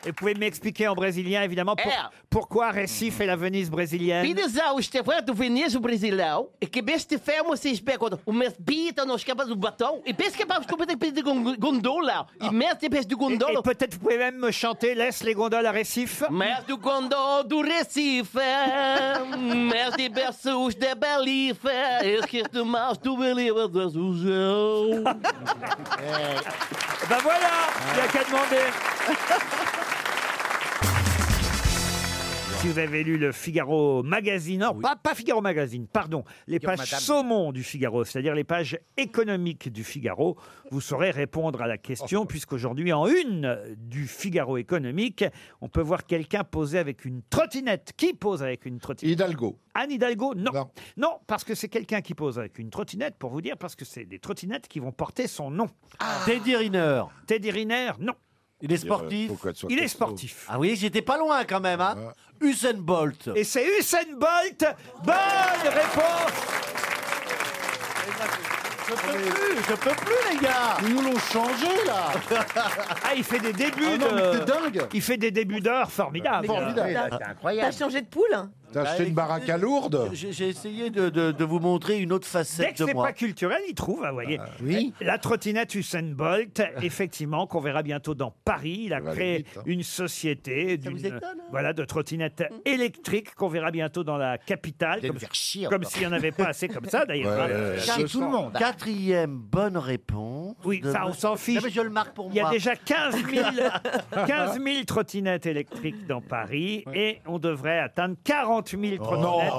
Et vous pouvez m'expliquer en brésilien, évidemment, pour- Eh. pourquoi Récif est la Venise brésilienne. Bem-vindos ao Estevão do Veneza hein. Brasilão, e que bestifemos vocês pegam umas bitas nos cabas do hein. batom e pescamos com um peixe de gon- gondola Ah. e mestre peixe de Et gondola. peut-être vous pouvez même me chanter Laisse les gondoles à Récif. Mestre do gondol do Recife, mestre de berços de Belife, esquerdo mais do Belize do Azulzão. Ben voilà, il n'y a qu'à demander. Si vous avez lu le Figaro Magazine, non, pas, pas Figaro Magazine, pardon, les Figaro pages Madame. saumon du Figaro, c'est-à-dire les pages économiques du Figaro, vous saurez répondre à la Oh. question, puisqu'aujourd'hui, en une du Figaro économique, on peut voir quelqu'un poser avec une trottinette. Qui pose avec une trottinette Hidalgo. Anne Hidalgo, non. Non, parce que c'est quelqu'un qui pose avec une trottinette, pour vous dire, parce que c'est des trottinettes qui vont porter son nom. Ah. Teddy Riner. Teddy Riner, non. Il est euh, sportif. Il est sportif. Ah oui, j'étais pas loin quand même. Hein. Usain Bolt. Et c'est Usain Bolt. Bonne réponse. Je peux plus, je peux plus les gars. Ils nous l'ont changé là Ah, il fait des débuts Ah non, mais de- c'est dingue. Il fait des débuts d'heure formidables. Formidable. C'est incroyable. hein. T'as changé de poule hein. T'as acheté une baraque à Lourdes J'ai j'ai essayé de, de- de vous montrer une autre Dès facette que de c'est moi. pas culturel, il trouve, hein, vous voyez. La trottinette Usain Bolt, effectivement, qu'on verra bientôt dans Paris. Il a va aller créé vite, hein. une société d'une- hein. voilà, de trottinettes Mm. électriques qu'on verra bientôt dans la capitale. Allez Comme, me faire chier, comme encore. s'il n'y en avait pas assez comme ça, d'ailleurs. Ouais, hein. ouais, ouais, Quatre- je sens. Quatrième bonne réponse. Oui, de ça, on monsieur- s'en fiche. Non, mais je le marque pour Il y a moi. déjà 15 000, 15 000 trottinettes électriques dans Paris et on devrait atteindre 40 000 Oh. trottinettes.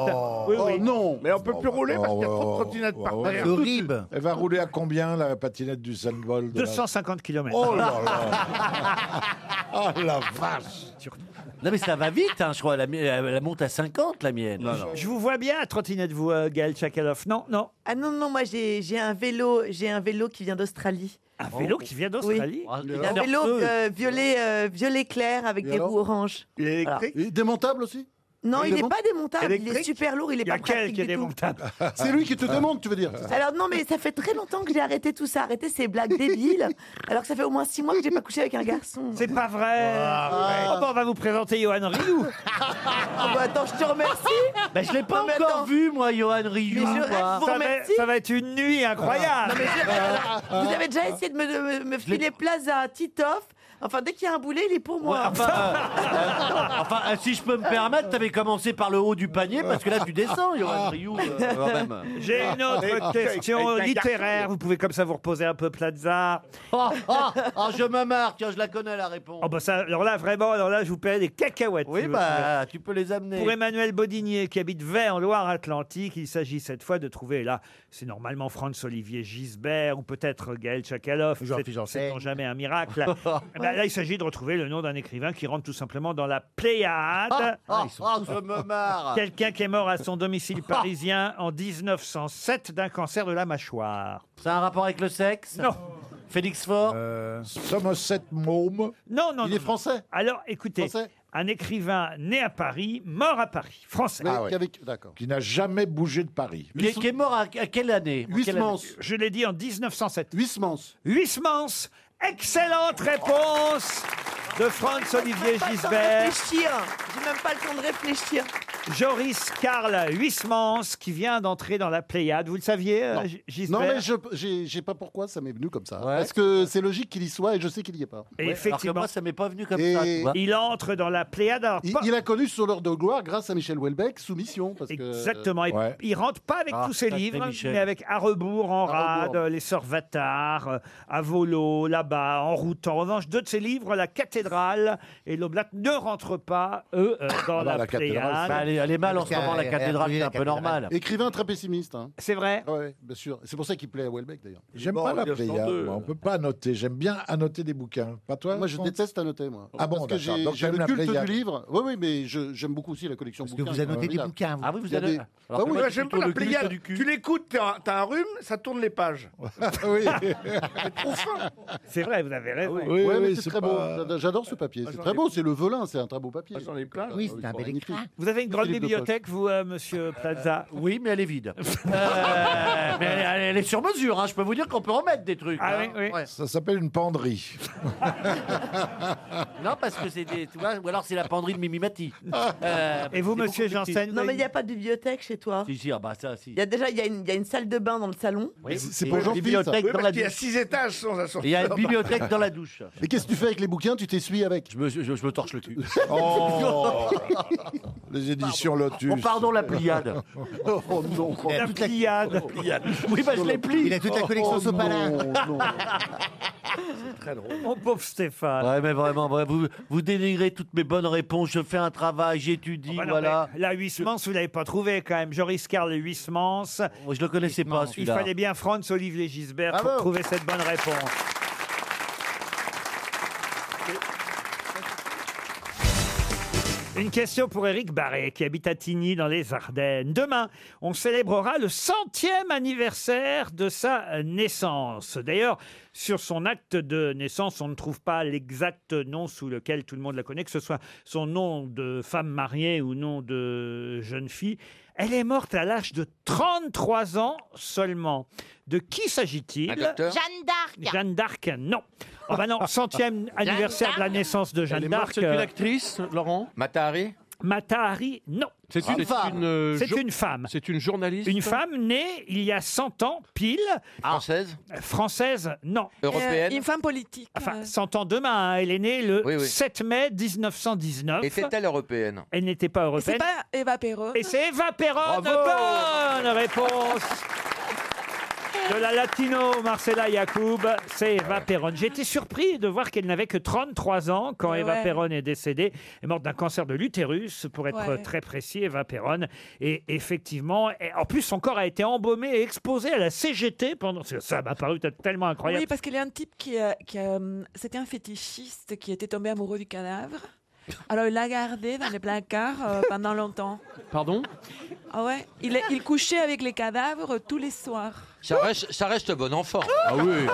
Oui, oui. Oh. non Oh, Mais on peut plus rouler parce qu'il y a trop de trottinettes par terre. C'est Horrible. Elle va rouler à combien la patinette du Sandball 250 km. Oh là là Oh la vache Non, mais ça va vite, hein, je crois. La, mi- elle- elle monte à 50, la mienne. Je vous vois bien à trottinette, vous, euh, Gaël Tchakaloff. Non, non. Ah non, non, moi j'ai j'ai un vélo, j'ai un vélo qui vient d'Australie. Un vélo qui vient d'Australie Oui. Un vélo euh, violet, euh, violet clair avec des roues oranges. Il est électrique Ah. Démontable aussi Non, il n'est démon- pas démontable, il est Électrique super lourd, il est Il y a pas pratique quel qui est du tout. démontable C'est lui qui te demande, tu veux dire Alors non, mais ça fait très longtemps que j'ai arrêté tout ça, arrêté ces blagues débiles, alors que ça fait au moins six mois que j'ai pas couché avec un garçon. C'est pas vrai Ah. Oh, bah, On va vous présenter Johan Rioux. Ah bah attends, je te remercie. Bah, je l'ai pas Non, mais encore attends. vu, moi, Johan Rioux. Mais je reste, quoi. vous Ça va, remercie. ça va être une nuit incroyable. Bah. Non, mais Bah, je- euh, alors, vous avez déjà essayé de me, de me- me filer Plaza, Titoff. Enfin, dès qu'il y a un boulet, il est pour moi. Ouais, enfin, euh, euh, enfin, euh, si je peux me permettre, t'avais commencé par le haut du panier parce que là, tu descends, Ah. Johan Rioux, euh, quand même. Ah, J'ai une autre question littéraire. Vous pouvez comme ça vous reposer un peu Plaza. Oh, oh, oh, je me marre, tiens, je la connais la réponse. Oh bah ça, alors là vraiment, alors là je vous paie des cacahuètes. Oui, si vous bah, voulez. tu peux les amener. Pour Emmanuel Baudinier, qui habite Vey en Loire-Atlantique, il s'agit cette fois de trouver, et là, c'est normalement Franz-Olivier Gisbert ou peut-être Gaël Tchakaloff. C'est non jamais un miracle. Eh ben, là, il s'agit de retrouver le nom d'un écrivain qui rentre tout simplement dans la Pléiade. Ah, ah, ah, je me marre. Quelqu'un qui est mort à son domicile parisien en 1907 d'un cancer de la mâchoire. Ça a un rapport avec le sexe Non. Félix Faure Euh, Somerset Maume Non, non, Il est français Alors, écoutez, un écrivain né à Paris, mort à Paris, français. Mais qui avait- d'accord. Qui n'a jamais bougé de Paris. Ah Qui est, qui est mort à, à quelle année En quelle année Je l'ai dit en 1907. Huismans. Huismans. Excellente réponse de Franz Olivier J'ai même pas Gisbert. le temps de réfléchir. J'ai même pas le temps de réfléchir. Joris Karl Huismans qui vient d'entrer dans la Pléiade. Vous le saviez, euh, G- Gisbert Non, mais je j'ai- j'ai pas pourquoi ça m'est venu comme ça. Parce que c'est logique qu'il y soit et je sais qu'il y est pas. Et effectivement, Et Il entre dans la Pléiade. alors Il, pas- il a connu son heure de gloire grâce à Michel Houellebecq, Soumission. Parce que- Exactement. Il, il rentre pas avec Ah, tous ses sacré livres, hein, Michel. mais avec À rebours, En À rade, rebours. Les Sœurs Vatars, euh, À volo, là-bas, En route. En revanche, deux de ses livres, La cathédrale et L'Oblate, ne rentrent pas, eux, euh, dans Ah bah, la, la cathédrale, Pléiade. Bah, elle est- elle est mal en ce moment, euh, la cathédrale, c'est un peu normal. Écrivain très pessimiste. C'est vrai Oui, bien sûr. C'est pour ça qu'il plaît à Houellebecq d'ailleurs. J'aime pas la Pléiade, moi, on peut pas annoter. J'aime bien annoter des bouquins. Pas toi Moi, je Franck déteste annoter, moi. Ah bon, Parce que d'accord. j'ai Donc, j'ai t'aimes le la culte Pléiade. du livre. Oui, oui, mais je- j'aime beaucoup aussi la collection que bouquins. vous annotez des Formidable. bouquins, vous. Ah oui, vous Il y a annotez- des- Alors Ah que oui, bah, moi, moi, c'est j'aime plutôt pas la le culte Pléiade. du cul. Tu l'écoutes, t'as un- t'as un rhume, ça tourne les pages. Ah oui. C'est trop fin. C'est vrai, vous avez raison. Oui, oui, c'est très beau. J'a- J'adore ce papier. Ah, C'est très beau. C'est le velin. C'est un très beau papier. Ah J'en ai plein. Oui, c'est un bel écran. Vous avez une grande Philippe de Poche. bibliothèque, vous, euh, monsieur Plaza Oui, mais elle est vide. Euh, mais elle, elle est sur mesure, hein, je peux vous dire qu'on peut remettre des trucs. hein. Ouais. Ça s'appelle une penderie. Non, parce que c'est des. tu vois, ou alors c'est la penderie de Euh, Mimimati. Et vous, monsieur Janssen Non, mais il n'y a pas de bibliothèque chez toi. Si, si, ah bah ça, si. Il y a déjà il y a une, il y a une salle de bain dans le salon. Oui, c'est pour Jean-Philippe. bibliothèque Oui, dans parce la qu'il y a douche. six étages sans ascenseur. Il y a une bibliothèque dans la douche. Mais qu'est-ce que tu fais avec les bouquins Tu t'essuies avec je me, je, je me torche le cul. Oh Les éditions Lotus. Oh, pardon, la Pléiade. oh non. La Pliade. Oh, Oui, bah je les plie. Il a toute la collection Oh, Sopalin. Très drôle. Mon pauvre Stéphane. Ouais, mais vraiment, ouais, vous, vous dénigrez toutes mes bonnes réponses. Je fais un travail, j'étudie, Bah non, voilà. mais La Huismans, vous l'avez pas trouvé quand même. Joris Karl Huismans. Oh, je le connaissais pas, Il celui-là. Ah fallait bien Franz Olivier Gisbert pour Bravo. trouver cette bonne réponse. Une question pour Éric Barré, qui habite à Tigny, dans les Ardennes. Demain, on célébrera le centième anniversaire de sa naissance. D'ailleurs, sur son acte de naissance, on ne trouve pas l'exact nom sous lequel tout le monde la connaît, que ce soit son nom de femme mariée ou nom de jeune fille. Elle est morte à l'âge de 33 ans seulement. De qui s'agit-il Un docteur Jeanne d'Arc. Jeanne d'Arc, non. Oh bah non, centième anniversaire de la naissance de Jeanne d'Arc. euh, Laurent Matahari Matahari, non. C'est une- Une femme. une, euh, C'est jour- une femme. C'est une journaliste. Une femme née il y a 100 ans, pile. Euh, Française Française, non. Européenne Euh, une femme politique. Enfin, Euh. 100 ans demain, hein. elle est née le Oui, oui. 7 mai 1919. Était-elle européenne Elle n'était pas Et européenne. c'est pas Eva Perron. Et c'est Eva Perron. Bonne réponse de la latino Marcela Yacoub, c'est Eva Perron. J'ai été surpris de voir qu'elle n'avait que 33 ans quand Eh Eva ouais. Perron est décédée. Elle est morte d'un cancer de l'utérus, pour être Ouais. très précis, Eva Perron. Et effectivement, et en plus, son corps a été embaumé et exposé à la CGT pendant... Ça m'a paru tellement incroyable. Oui, parce qu'il y a un type qui, euh, qui, euh, c'était un fétichiste qui était tombé amoureux du cadavre. Alors il l'a gardé dans les placards euh, pendant longtemps. Pardon Ah ouais, il, est- il couchait avec les cadavres tous les soirs. Ça reste, ça reste bon enfant. Ah oui.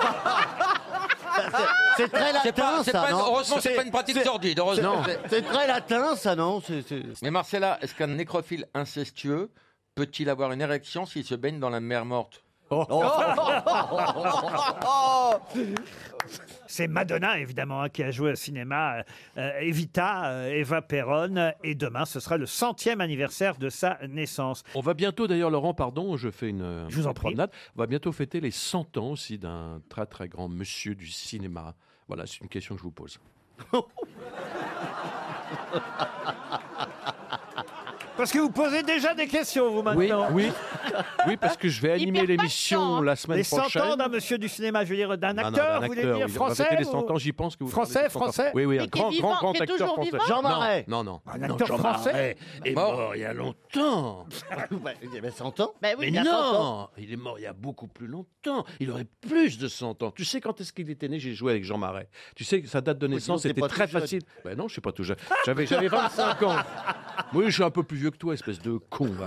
C'est très C'est pas- latin, c'est ça, pas- non heureusement, c'est pas une pratique c'est- sordide, heureusement. c'est- C'est très latin, ça, non C'est- c'est- Mais Marcella, est-ce qu'un nécrophile incestueux peut-il avoir une érection s'il se baigne dans la mer morte Oh. Oh, C'est Madonna, évidemment, hein, qui a joué au cinéma. euh, Evita, euh, Eva Perron. Et demain, ce sera le centième anniversaire de sa naissance. On va bientôt, d'ailleurs, Laurent, pardon, je fais une, Je vous en une prie. promenade. On va bientôt fêter les 100 ans aussi d'un très très grand monsieur du cinéma. Voilà, c'est une question que je vous pose. Parce que vous posez déjà des questions, vous, Oui, maintenant. oui, oui, parce que je vais animer l'émission la semaine Les 100 prochaine. ans d'un monsieur du cinéma, je veux dire, d'un Non, non, acteur, d'un vous voulez acteur, dire oui, on va français fêter les ou- 100 ans, j'y pense que vous Français, parlez des 100 ans. français Oui, oui, un Mais qui est grand, vivant, grand, grand qui est acteur toujours français. vivant Jean Non, Marais. Non, non. Un acteur Jean français Marais est Mort. mort. il y a longtemps. Bah Il y avait 100 ans. Bah Mais non, il est mort il y a beaucoup plus longtemps. Il aurait plus de 100 ans. Tu sais quand est-ce qu'il était né J'ai joué avec Jean Marais. Tu sais que sa date de naissance t'es était pas très tout jeune. facile. Ben non, je suis pas tout jeune. J'avais j'avais 25 ans. Oui, je suis un peu plus vieux que toi, espèce de con. va.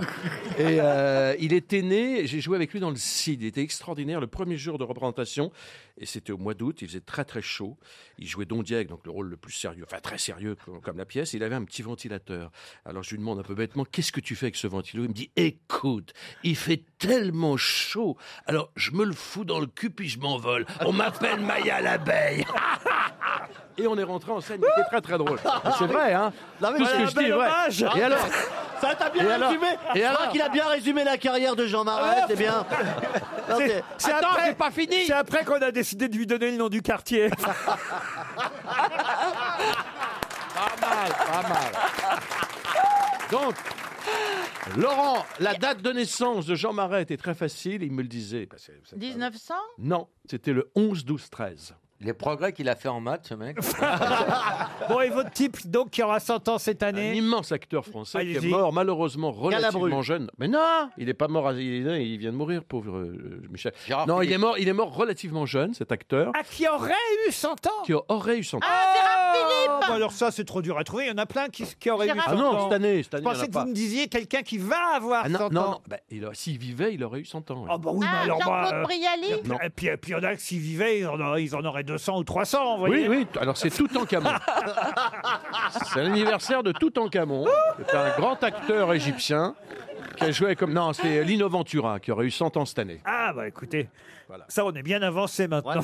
Et euh, il était né, j'ai joué avec lui dans le CID. Il était extraordinaire le premier jour de représentation. Et c'était au mois d'août, il faisait très très chaud. Il jouait Don Diègue, donc le rôle le plus sérieux, enfin très sérieux comme, comme la pièce. Il avait un petit ventilateur. Alors je lui demande un peu bêtement, qu'est-ce que tu fais avec ce ventilo Il me dit, écoute, il fait tellement chaud. Alors je me le fous dans le cul puis je m'envole. On m'appelle Maya l'abeille. Et on est rentré en scène, c'était très très drôle. Mais C'est vrai, hein Ah, Non, mais Tout ce voilà que un je bel dis, est vrai. hommage. Et alors Ça t'a bien Et alors résumé. Et Je crois alors qu'il a bien résumé la carrière de Jean Ah, Marais, c'est bien. Non, c'est- Attends, j'ai pas fini. C'est après qu'on a décidé de lui donner le nom du quartier. Pas mal, pas mal. Donc, Laurent, la date de naissance de Jean Marais était très facile, il me le disait. Bah, c'est- c'est- 1900 Non, c'était le 11, 12, 13. Les progrès qu'il a fait en maths, ce mec. bon, et votre type, donc, qui aura 100 ans cette année Un immense acteur français qui est Allez-y. mort malheureusement relativement Galabru. jeune. Mais non, il n'est pas mort, il, est- il vient de mourir, pauvre euh, Michel. Gérard non, il est Philippe. mort, il est mort relativement jeune, cet acteur, Ah, qui aurait eu 100 ans qui aurait eu 100 ans. Ah, bah alors ça, c'est trop dur à trouver. Il y en a plein qui, qui auraient eu 100 Ah non, ans. cette année, cette année, Je il y en pensais a que pas. vous me disiez quelqu'un qui va avoir Ah non, 100 non, ans. non, bah, il aurait- s'il vivait, il aurait eu 100 ans. oui. Ah bah oui, mais Ah, alors moi... Jean-Claude Brialy et puis- Et puis, et puis il y en a qui s'ils vivaient, ils en, auraient- ils en auraient 200 ou 300, vous Oui, voyez. oui, t- alors c'est Toutankhamon. c'est l'anniversaire de Toutankhamon. C'est un grand acteur égyptien qui a joué comme. Non, c'est Lino Ventura qui aurait eu 100 ans cette année. Ah bah écoutez, ça on est bien avancé maintenant.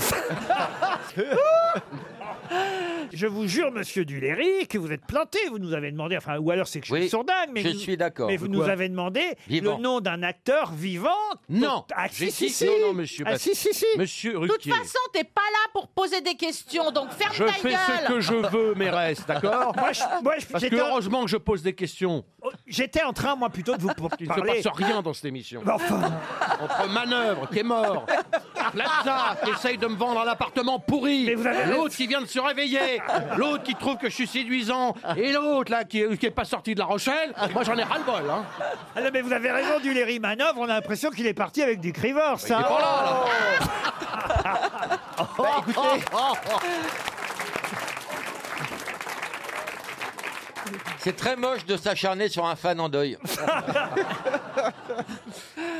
je vous jure, monsieur Duléry, que vous êtes planté. Vous nous avez demandé, enfin, ou alors c'est que je suis Oui, sourdingue, mais je vous- suis d'accord. Mais vous De nous quoi avez demandé Vivant. le nom d'un acteur vivant. Non, ah, j'ai si, si, dit- si. non, non, monsieur Ah, Bastien. si, si, si. Monsieur De toute Ruquier. façon, t'es pas là pour poser des questions, donc ferme Je ta fais gueule. ce que je veux, mais reste, d'accord Moi, je- moi, je- Parce que j'étais en- heureusement que je pose des questions. Oh, J'étais en train, moi, plutôt de vous pour- Il ne se parler. passe rien dans cette émission. Mais enfin. Entre manœuvre, qui est mort. Plaza, qui essaye de me vendre un appartement pourri. avez- L'autre qui vient de se réveiller. L'autre qui trouve que je suis séduisant. Et l'autre, là, qui n'est pas sorti de la Rochelle. Moi, j'en ai ras-le-bol. hein. Ah non, mais vous avez raison, Duléry Manœuvre. On a l'impression qu'il est parti avec du crivor, ça. Oh. Il est pas là, là. Bah, écoutez, C'est très moche de s'acharner sur un fan en deuil.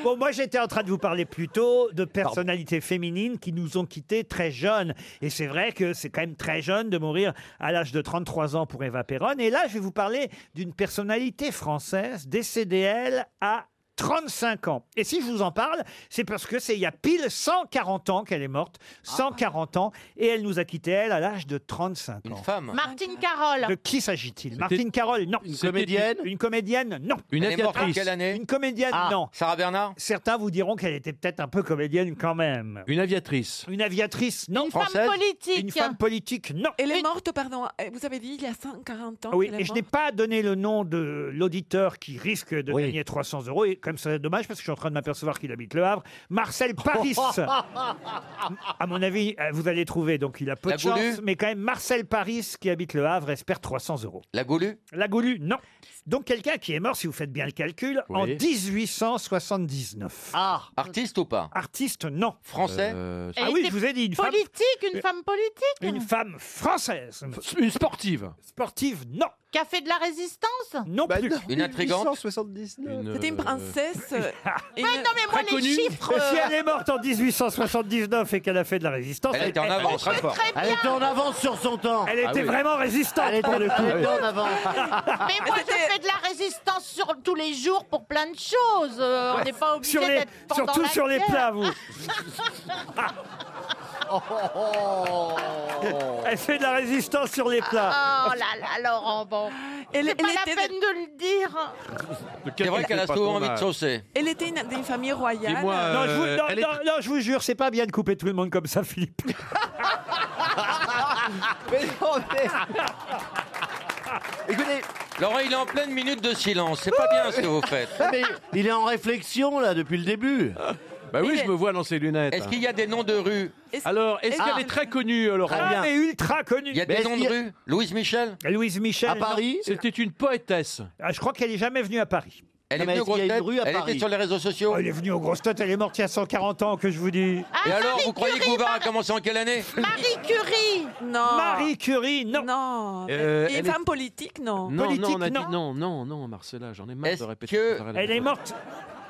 Bon, moi, j'étais en train de vous parler plutôt de personnalités féminines qui nous ont quittés très jeunes. Et c'est vrai que c'est quand même très jeune de mourir à l'âge de 33 ans pour Eva Perron. Et là, je vais vous parler d'une personnalité française décédée, elle, à 35 ans. Et si je vous en parle, c'est parce que c'est il y a pile 140 ans qu'elle est morte. 140 ans. Et elle nous a quittés, elle, à l'âge de 35 ans. Une femme Martine Carole. de qui s'agit-il Martine Carole, non. Une comédienne Une comédienne, non. Une Elle est morte en actrice. quelle année Une comédienne, Ah, non. Sarah Bernard Certains vous diront qu'elle était peut-être un peu comédienne quand même. Une aviatrice Une aviatrice, non. Une femme Française politique. Une femme politique, non. Elle est morte, pardon. euh, Vous avez dit il y a 140 ans. Ah Oui, qu'elle est et je n'ai morte. pas donné le nom de l'auditeur qui risque de gagner 300 euros, et comme ça c'est dommage parce que je suis en train de m'apercevoir qu'il habite Le Havre, Marcel Paris. à mon avis, euh, vous allez trouver, donc il a peu La de chance, Goulue mais quand même Marcel Paris qui habite Le Havre espère 300 euros. La Gaulue La Goulue, non. Donc quelqu'un qui est mort, si vous faites bien le calcul, en 1879. Ah Artiste ou pas Artiste, non. Français Elle Ah oui, était je vous ai dit, une femme, Politique, Euh, une femme politique une femme française. Une sportive Bah Sportive, non. Qui a fait de la résistance Non plus. Une intrigante 1879. C'était une princesse. euh, Ouais, non, mais moi, les chiffres. Mais si euh, elle est morte en 1879 et qu'elle a fait de la résistance, Elle était en avance, très fort. Elle était en avance sur son temps. Elle Ah était oui. vraiment résistante Ah Elle était- pour le coup. elle était en avance. Mais moi, je fais de la résistance sur tous les jours pour plein de choses. Euh, On n'est pas obligé Sur les- d'être pendant surtout la sur les guerre. plats, vous. oh Elle fait de la résistance sur les plats. Ah, là là, Laurent, bon. Elle- C'est pas elle la était- peine de le dire. C'est vrai qu'elle a souvent envie de saucer. Elle était une- d'une famille royale. Euh, non, je vous, euh, non, non, non, je vous jure, c'est pas bien de couper tout le monde comme ça, Philippe. Mais non, mais- Écoutez. Laurent, il est en pleine minute de silence. C'est pas bien ce que vous faites. Ah, Mais il est en réflexion là depuis le début. Bah oui, je me vois dans ses lunettes. Est-ce qu'il y a des noms de rue Alors, est-ce qu'elle est très connue, euh, Laurent Ah, mais ultra connue. Il y a des noms de rue Louise Michel Louise Michel. non. C'était une poétesse. Ah, je crois qu'elle est jamais venue à Paris. Elle est venue aux grosses têtes Elle était sur les réseaux sociaux Oh, elle est venue aux grosses têtes, elle est morte il y a 140 ans, que je vous dis. Et Ah, alors, vous croyez que Bouvard a commencé en quelle année Marie Curie Non. Marie Curie, non. Non. Euh, et elle une est- femme politique, non. Non, non, politique, on a dit non, non, non, Marcella, j'en ai marre Est-ce de répéter. que- cette Elle est morte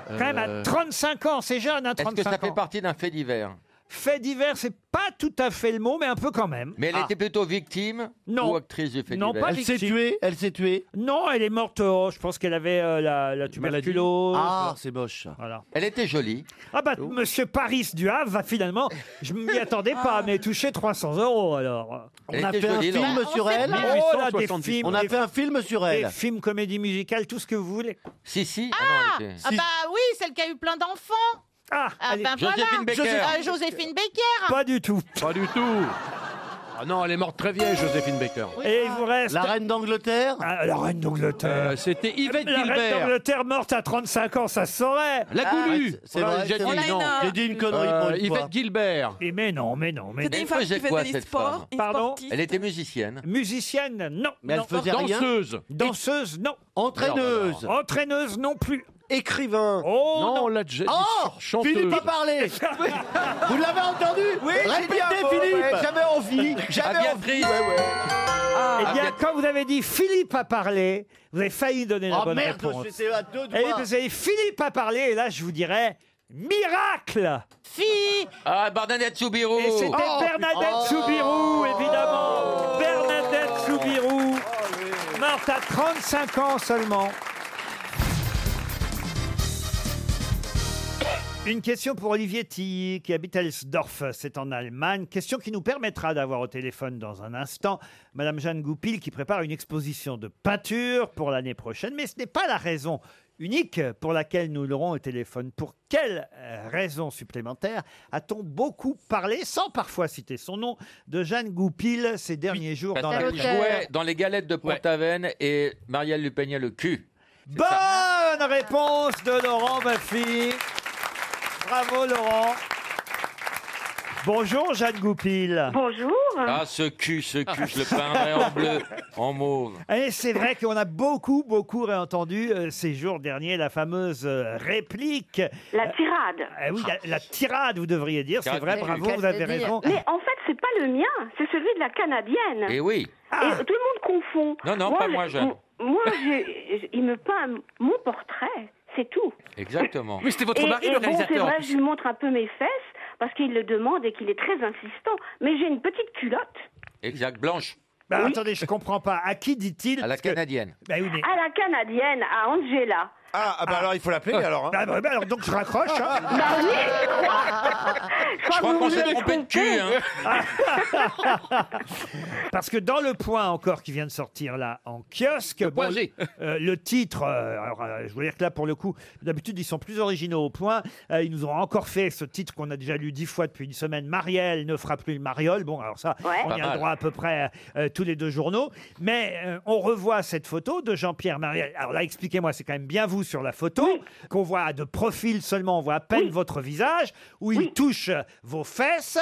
quand même à Euh, 35 ans, c'est jeune, hein, Est-ce que 35 ça fait ans. partie d'un fait divers Fait divers, c'est pas tout à fait le mot, mais un peu quand même. Mais elle Ah. était plutôt victime Non. ou actrice du fait Non, divers pas Elle s'est victime. tuée, elle s'est tuée. Non, elle est morte, oh, je pense qu'elle avait euh, la, la tuberculose. Ah, c'est moche. Voilà. Elle était jolie. Ah bah, monsieur Paris du Havre, va finalement, je m'y attendais pas, mais toucher 300 euros alors. On a fait un film sur elle. Oh là, des films, On a des- fait un film sur elle. Des films, comédie musicale, tout ce que vous voulez. Si, si. Ah, ah bah oui, celle qui a eu plein d'enfants. Ah, ah allez. ben Joséphine voilà. Baker. Euh, Joséphine Baker. Pas du tout. Pas du tout. Ah non, elle est morte très vieille, Joséphine Baker. Et il vous reste... La reine d'Angleterre. Ah, la reine d'Angleterre. Euh, C'était Yvette La reine Gilbert. d'Angleterre morte à 35 ans, ça se saurait. La Ah, Goulue. Ah, Euh, c'est vrai, J'ai c'est dit vrai. non. J'ai dit Euh, une connerie pour une fois. Yvette Gilbert. Et Eh, mais non, mais non, mais C'était non. une femme qui faisait faisait quoi, des cette sports. femme une Pardon sportive. Elle était musicienne. Musicienne, non. Mais elle Non. faisait rien. Danseuse. Danseuse, non. Entraîneuse. Entraîneuse, non plus. Écrivain. Oh Non, non. on l'a déjà dit. Oh Chanteuse. Philippe a parlé Vous l'avez entendu Oui, j'ai Répétez, bien Philippe J'avais envie. J'avais envie. Aviatrice. Eh bien, Agathe. quand vous avez dit Philippe a parlé, vous avez failli donner la Oh bonne merde, réponse. c'était à deux Et doigts vous avez Philippe a parlé, et là, je vous dirais miracle Fille. Ah, Bernadette Soubirou. Et c'était Oh, Bernadette Soubirou, évidemment. Bernadette Soubirou, morte à 35 ans seulement. Une question pour Olivier Tilly, qui habite Elsdorf, c'est en Allemagne. Question qui nous permettra d'avoir au téléphone dans un instant Madame Jeanne Goupil, qui prépare une exposition de peinture pour l'année prochaine. Mais ce n'est pas la raison unique pour laquelle nous l'aurons au téléphone. Pour quelle euh, raison supplémentaire a-t-on beaucoup parlé, sans parfois citer son nom, de Jeanne Goupil ces derniers jours dans Parce la qu'elle jouait dans les galettes de Pont-Aven et Marielle lui peignait le cul. Bonne réponse de Laurent Baffy. Bravo Laurent. Bonjour Jeanne Goupil. Bonjour. Ah, ce cul, ce cul, je le peindrais en bleu, en mauve. Et Eh, c'est vrai qu'on a beaucoup, beaucoup réentendu euh, ces jours derniers la fameuse euh, réplique. La tirade. Euh, Ah. oui, la, la tirade, vous devriez dire. C'est Tirade vrai, du cul. bravo, vous avez raison. Mais en fait, c'est pas le mien, c'est celui de la canadienne. Et Eh oui. Ah. Et tout le monde confond. Non, non, pas je- moi, jeune. Moi, je- je- il me peint mon portrait, c'est tout. Exactement. Mais et, c'était et bon, c'est vrai, je lui montre un peu mes fesses parce qu'il le demande et qu'il est très insistant. Mais j'ai une petite culotte Exact, Blanche, Bah, Attendez, je comprends pas. À qui dit-il à la Parce que- canadienne. Bah oui, mais- à la canadienne, à Angela. Ah, ah bah alors il faut l'appeler, lui, alors. hein. Bah, bah, bah, alors donc je raccroche. hein. Je crois qu'on s'est trompé de cul. hein. Parce que dans le point encore qui vient de sortir là en kiosque, le, point G. le titre, euh, alors euh, je voulais dire que là pour le coup, d'habitude ils sont plus originaux au point. Euh, ils nous ont encore fait ce titre qu'on a déjà lu dix fois depuis une semaine. Marielle ne fera plus le mariole. Bon, alors ça, on Pas y a mal. le droit à peu près euh, tous les deux journaux. Mais euh, on revoit cette photo de Jean-Pierre Marielle. Alors là, expliquez-moi, c'est quand même bien vous sur la photo qu'on voit de profil seulement, on voit à peine votre visage où il touche vos fesses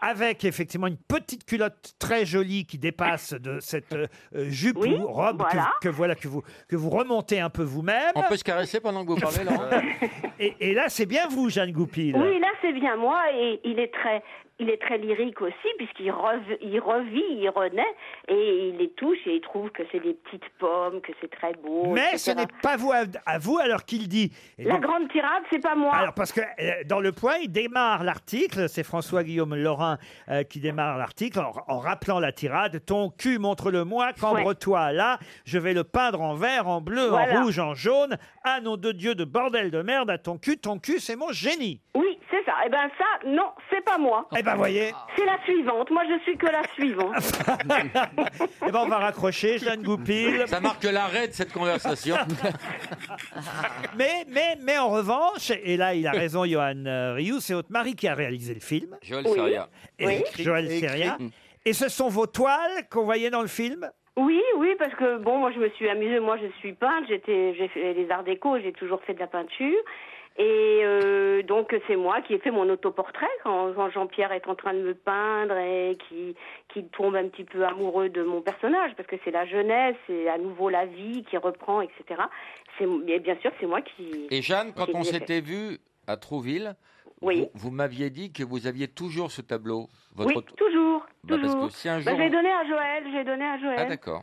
avec effectivement une petite culotte très jolie qui dépasse de cette euh, euh, jupe Oui, ou robe que- voilà. que, voilà que vous que vous remontez un peu vous-même. On peut se caresser pendant que vous parlez, Laurent et, et là, c'est bien vous, Jeanne Goupil. Oui, là c'est bien moi et il est très, il est très lyrique aussi puisqu'il rev- il revit, il renaît et il les touche et il trouve que c'est des petites pommes, que c'est très beau. Mais etc. ce n'est pas vous à, à vous alors qu'il dit. Et La donc- grande tirade, c'est pas moi. Alors parce que euh, dans le point, il démarre l'article, c'est François-Guillaume Laurin euh, qui démarre l'article en, en rappelant la tirade, ton cul montre-le-moi, cambre-toi là, je vais le peindre en vert, en bleu, Voilà. en rouge, en jaune, ah nom de Dieu de bordel de merde, à ton cul, ton cul c'est mon génie. Oui, c'est ça. Eh ben ça, non, c'est pas moi. Eh ben, voyez. C'est la suivante. Moi, je suis que la suivante. Eh ben on va raccrocher, Jeanne Goupil. Ça marque l'arrêt de cette conversation. Mais, mais, mais en revanche, et là il a raison Johan euh, Rioux, c'est votre mari qui a réalisé le film. Joël Oui. Seria. Et Oui. écrit- Joël Écrit. Mm. Seria. Et ce sont vos toiles qu'on voyait dans le film Oui, oui, parce que bon, moi je me suis amusée, moi je suis peintre, j'étais, j'ai fait les arts déco, j'ai toujours fait de la peinture, et euh, donc c'est moi qui ai fait mon autoportrait quand, quand Jean-Pierre est en train de me peindre et qui qui tombe un petit peu amoureux de mon personnage parce que c'est la jeunesse, c'est à nouveau la vie qui reprend, etc. C'est et bien sûr c'est moi qui. Et Jeanne, quand qui on l'ai fait. s'était vu à Trouville, Oui. vous, vous m'aviez dit que vous aviez toujours ce tableau. Votre Oui, auto- toujours, Bah, parce que toujours. si un Bah, jour je l'ai on- donné à Joël, je l'ai donné à Joël. Ah d'accord.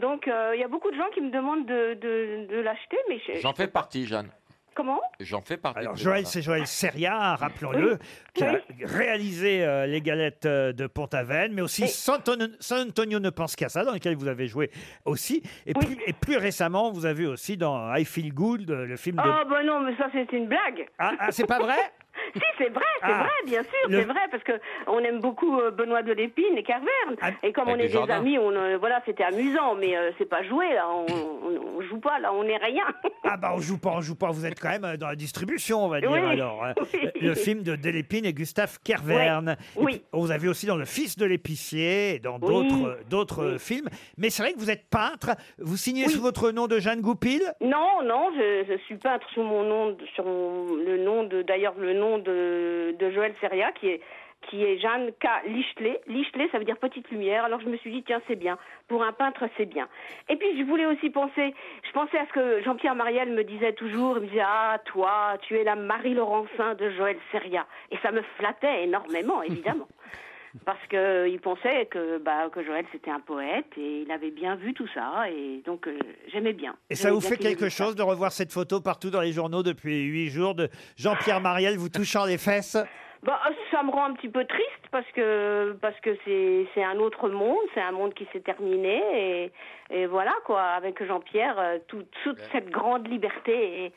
Donc euh, il y a beaucoup de gens qui me demandent de de, de l'acheter, mais je- J'en fais partie, Jeanne. comment? J'en fais partie. Alors Joël, c'est Joël Seria, rappelons-le, qui a réalisé euh, Les Galettes euh, de Pont-Aven, mais aussi Santon- San Antonio ne pense qu'à ça, dans lequel vous avez joué aussi. Et, plus, et plus récemment, vous avez aussi dans I Feel Good, euh, le film de... Oh, bah non, mais ça, c'est une blague. Ah, ah, c'est pas vrai Si, c'est vrai, c'est Ah. vrai, bien sûr, Le- c'est vrai, parce que on aime beaucoup euh, Benoît de Lépine et Carverne. Ah, et comme on avec est des Desjardins. amis, on, euh, voilà, c'était amusant, mais euh, c'est pas joué, là, on, on, on joue pas, là, on est rien. Ah bah on joue pas, on joue pas, vous êtes quand même euh, dans la distribution, on va dire Oui. alors. hein. Oui. Le film de Delépine et Gustave Kerverne. Oui. Oui. Et puis, on vous avez aussi dans Le Fils de l'épicier, et dans Oui. d'autres euh, d'autres euh, films. Mais c'est vrai que vous êtes peintre, vous signez sous votre nom de Jeanne Goupil Non, non, je, je suis peintre sous mon nom, de- sur mon- le nom de, d'ailleurs, le nom de, de Joël Seria, qui est qui est Jeanne K. Lichelet. Lichelet, ça veut dire petite lumière. Alors je me suis dit, tiens, c'est bien. Pour un peintre, c'est bien. Et puis je voulais aussi penser, je pensais à ce que Jean-Pierre Mariel me disait toujours. Il me disait, ah, toi, tu es la Marie Laurencin de Joël Seria. Et ça me flattait énormément, évidemment. Parce que il pensait que, bah, que Joël, c'était un poète et il avait bien vu tout ça. Et donc, euh, j'aimais bien. Et ça J'aimais vous bien fait qu'il ait quelque vu ça. chose de revoir cette photo partout dans les journaux depuis huit jours de Jean-Pierre Mariel vous touchant les fesses Bah, euh, ça me rend un petit peu triste parce que parce que c'est c'est un autre monde, c'est un monde qui s'est terminé et, et voilà quoi. Avec Jean-Pierre, euh, tout- toute cette grande liberté est,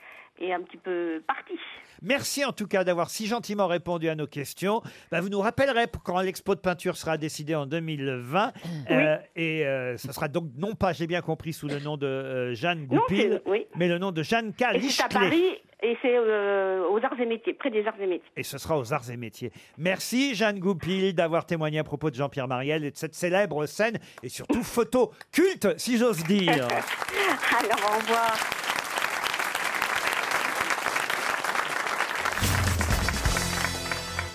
est un petit peu partie. Merci en tout cas d'avoir si gentiment répondu à nos questions. Bah, vous nous rappellerez pour quand l'expo de peinture sera décidée en 2020. Euh, et euh, ça sera donc non pas, j'ai bien compris, sous le nom de euh, Jeanne Goupil, c'est- oui. mais le nom de Jeanne K. Et c'est à Lichelet. Paris et c'est euh, aux Arts et Métiers, près des Arts et Métiers. Et ce sera aux Arts et Métiers. Merci Jeanne Goupil d'avoir témoigné à propos de Jean-Pierre Mariel et de cette célèbre scène et surtout photo culte, si j'ose dire. Alors au revoir.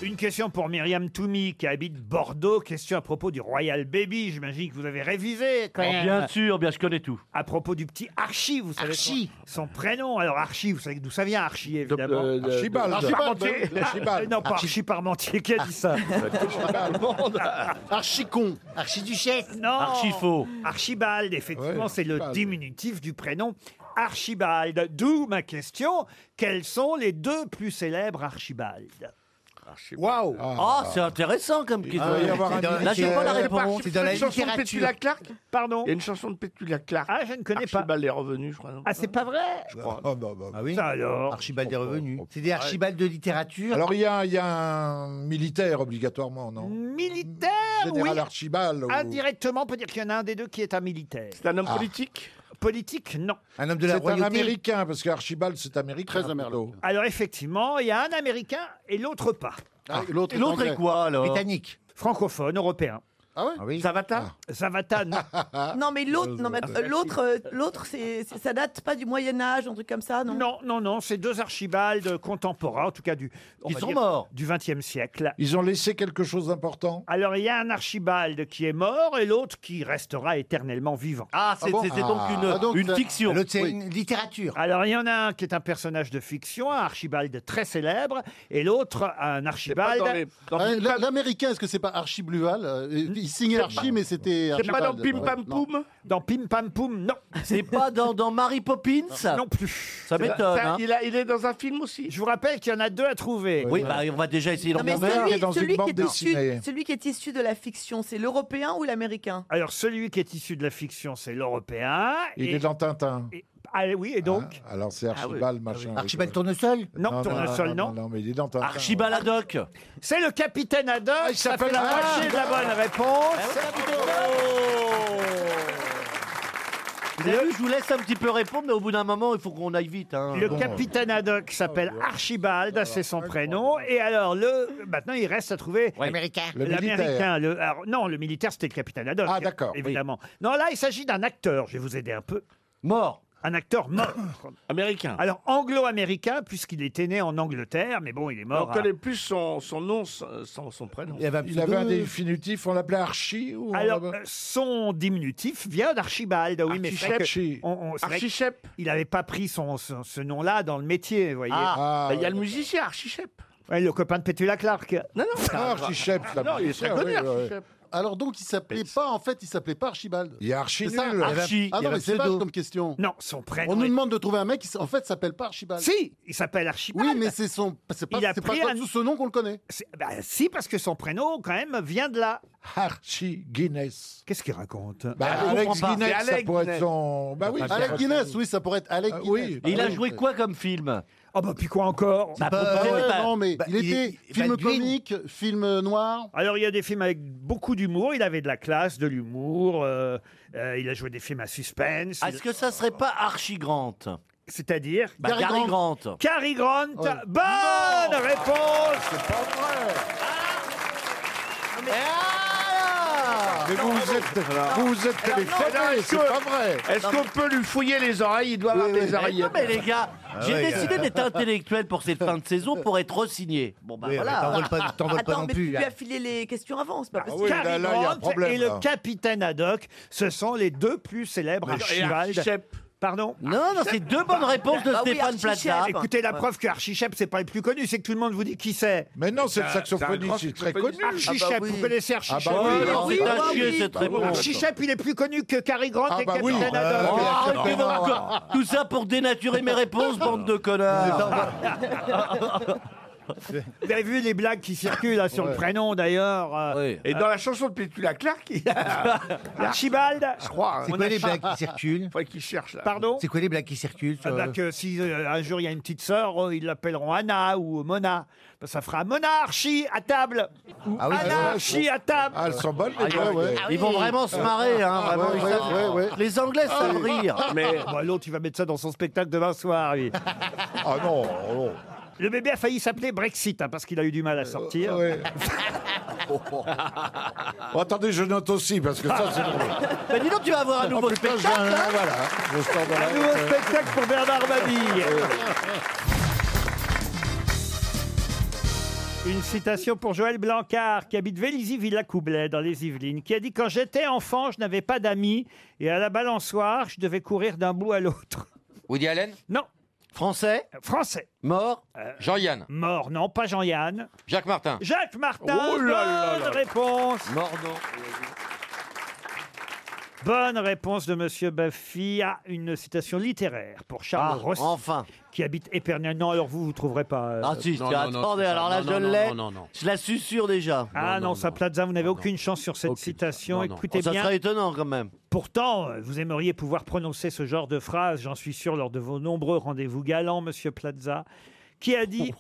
Une question pour Myriam Toumi qui habite Bordeaux. Question à propos du Royal Baby. J'imagine que vous avez révisé quand Oh, même. bien sûr, bien je connais tout. À propos du petit Archie, vous savez Archie. son, son prénom. Alors Archie, vous savez d'où ça vient Archie évidemment. Ah, de- de- Archibald. Archibald. Parmentier. Archibald. Non pas Archi- Archie Parmentier qui a dit ça. Archicon. Archiduchesse. Non. Archibald, effectivement, Ouais, c'est le Archibald. diminutif du prénom Archibald. D'où ma question. Quels sont les deux plus célèbres Archibald Waouh Ah, c'est intéressant comme Il question. doit y avoir un Là, j'ai pas la littéraire. réponse. C'est dans la littérature. Clark Pardon Il y a une chanson de Petula Clark. Ah, je ne connais pas. Archibald est revenu, je crois. non Ah, c'est pas vrai Je crois. bah. Ah oui Ça alors Oh, Archibald est revenu. C'est des Ah Ouais. Archibald de littérature. Alors, il y, a un- il y a un militaire, obligatoirement, non Militaire, Général Ah oui. Ah, Archibald. ou- Indirectement, on peut dire qu'il y en a un des deux qui est un militaire. C'est un homme Ah. politique Politique, non. Un homme de la C'est un royauté américain, parce qu'Archibald, c'est américain. Très américain. Alors effectivement, il y a un Américain et l'autre pas. Ah, et l'autre Et est l'autre anglais. est quoi, alors Britannique. Francophone, européen. Ah ouais Zavata Zavata, non. Non, mais l'autre, non, Ah, mais, Bah, euh, l'autre, euh, l'autre, c'est, c'est- ça date pas du Moyen Âge, un truc comme ça, non Non, non, non, c'est deux Archibald contemporains, en tout cas du. on Ils va sont morts. Du XXe siècle. Ils ont laissé quelque chose d'important Alors il y a un Archibald qui est mort et l'autre qui restera éternellement vivant. Ah, c'est- Ah bon c'était donc Ah, une- donc, une euh, fiction. l'autre, c'est Oui. une littérature. Alors il y en a un qui est un personnage de fiction, un Archibald très célèbre, et l'autre un Archibald. Ah, la- L'américain, est-ce que c'est pas Archiblual euh, Il signait C'est Archie, pas- mais c'était C'est pas Archibald. dans Pim Pam Non. Poum Dans Pim Pam Poum, non. C'est pas dans, dans Mary Poppins Non plus. Ça m'étonne. hein. est dans un film aussi. Je vous rappelle qu'il y en a deux à trouver. Oui, bah, on va déjà essayer de Non, mais remonter. celui, celui qui est issu, celui qui est issu de la fiction, c'est l'européen ou l'américain Alors celui qui est issu de la fiction, c'est l'européen. Il et- est dans Tintin. et- Ah oui, et donc Alors, c'est Archibald, Ah oui. machin. Archibald Tournesol Non, Tournesol, non. non. mais il est dans Tintin. Archibald Haddock. C'est le capitaine Haddock. il s'appelle la Haddock. moitié de la bonne réponse. Ah, Oh. Vous avez vu, je vous laisse un petit peu répondre, mais au bout d'un moment, il faut qu'on aille vite. hein. Le capitaine Haddock s'appelle Archibald, c'est son prénom. Et alors, le maintenant, il reste à trouver L'américain. Le l'américain. militaire. le- alors, non, le militaire, c'était le capitaine Haddock. Ah, d'accord, Évidemment. Non, là, il s'agit d'un acteur. Je vais vous aider un peu. Mort. Un acteur mort. Américain. Alors, anglo-américain, puisqu'il était né en Angleterre, mais bon, il est mort. On à- connaît plus son, son nom sans sans son prénom. Il avait un définitif, on l'appelait Archie ou on Bah, Alors, l'appelait- euh, son diminutif vient d'Archibald, oui, mais c'est vrai que Archie. on- on- c'est vrai que Archie Il n'avait pas pris son, son- ce nom-là dans le métier, vous voyez. Ah, bah, il y a le musicien Archichep. Ouais, le copain de Petula Clark. Non, non. Ah, Archichep, là. Non, il est très connu, Archichep. Alors donc, il s'appelait pas, en fait, il s'appelait pas Archibald. Il y a Archie C'est ça, nul. Archie. Ah non, mais c'est vache comme question. Non, son prénom. On nous demande de trouver un mec qui, en fait, s'appelle pas Archibald. Si, il s'appelle Archibald. Oui, mais c'est son. C'est pas, Il a c'est pas pris quoi, un- sous ce nom qu'on le connaît. C'est- bah, si, parce que son prénom, quand même, vient de là. Archie Guinness. Qu'est-ce qu'il raconte Bah, Ah, Alex Guinness, ça pourrait être son. Bah oui, Alec Guinness, oui, ça pourrait être Alec Ah, Guinness. oui. bah Et il a joué quoi comme film Ah bah, puis quoi encore Bah, ouais, non, mais Bah, il était film comique, film euh, noir. Alors, il y a des films avec beaucoup d'humour. Il avait de la classe, de l'humour. euh, euh, il a joué des films à suspense. Est-ce que ça serait pas Archie Grant C'est-à-dire Bah, Cary Cary Grant. Grant. Cary Grant. Bonne réponse Mais vous vous êtes, vous vous êtes téléphoné, c'est pas vrai. Est-ce qu'on peut lui fouiller les oreilles Il doit avoir des oreilles. Non, mais les gars, Ah Ah, j'ai décidé d'être intellectuel pour cette fin de saison pour être re-signé. Bon, bah Oui, voilà. mais t'en voles pas- t'en voles pas Attends, non mais plus, hein. tu lui là. Ah as filé les questions avant, c'est pas possible. Cary Grant et le capitaine Haddock, ce sont les deux plus célèbres Mais- Archibald. Et Archie Pardon Non, non, c'est deux bonnes réponses de Bah oui, Stéphane Archie Plaza. Shep. Écoutez, la preuve que Archichep, c'est pas le plus connu, c'est que tout le monde vous dit qui c'est. Mais non, c'est le Ça- saxophoniste, c'est très connu. Archie Shep, vous connaissez Archie Ah bah Shep oui, alors c'est un chier, cette réponse. Archie Shep, il est plus connu que Cary Grant Ah et bah oui. Capitaine Haddock. Oh, arrêtez votre con- Tout ça pour dénaturer mes réponses, bande de connards. Vous avez vu les blagues qui circulent hein, sur le prénom d'ailleurs. euh, Et dans la chanson de Petula Clark, il y a. Archibald Je hein. crois. C'est quoi les blagues qui circulent Faudrait qu'il cherche là. Pardon C'est quoi les blagues qui circulent Ah sur- bah que si euh, un jour il y a une petite sœur, euh, ils l'appelleront Anna ou Mona. Bah, ça fera monarchie à table. Ou Ah oui, anarchie ah à table. bah, Ah, elles sont bonnes, les Ah, gars, oui. ouais. Ah, Ils vont vraiment se marrer, hein, Ah, vraiment. ouais, ils ouais, savent- ouais, Ah ouais. Les Anglais savent rire. Mais Bon, bah, l'autre, il va mettre ça dans son spectacle demain soir. lui. Ah non, non. Le bébé a failli s'appeler Brexit hein, parce qu'il a eu du mal à sortir. Euh, Oh, attendez, je note aussi, parce que ça, c'est drôle. Bah, dis donc, tu vas avoir un nouveau Oh, putain, j'ai spectacle. un- hein. voilà, je sors dans la- Un nouveau spectacle pour Bernard Mabille. Une citation pour Joël Blancard, qui habite Vélizy-Villacoublay, dans les Yvelines, qui a dit Quand j'étais enfant, je n'avais pas d'amis, et à la balançoire, je devais courir d'un bout à l'autre. Woody Allen Non. Français Français. Euh, Mort Jean-Yann Mort, non, pas Jean-Yann. Jacques Martin Oh Jacques Martin, Oh là là bonne là. réponse. Mort, non. Bonne réponse de Monsieur Baffy à une citation littéraire pour Charles Ah, Rossi, enfin. qui habite Épernay. Non, alors vous, vous trouverez pas. euh, Ah si, non, c'est- non, non, attendez, c'est ça. alors là, Non, je non, non, l'ai. non, non, non. Je la susurre déjà. Ah non, ça Plaza, vous n'avez aucune chance sur cette citation. non. Écoutez Oh, ça bien. serait étonnant quand même. Pourtant, euh, vous aimeriez pouvoir prononcer ce genre de phrase, j'en suis sûr, lors de vos nombreux rendez-vous galants, Monsieur Plaza, qui a dit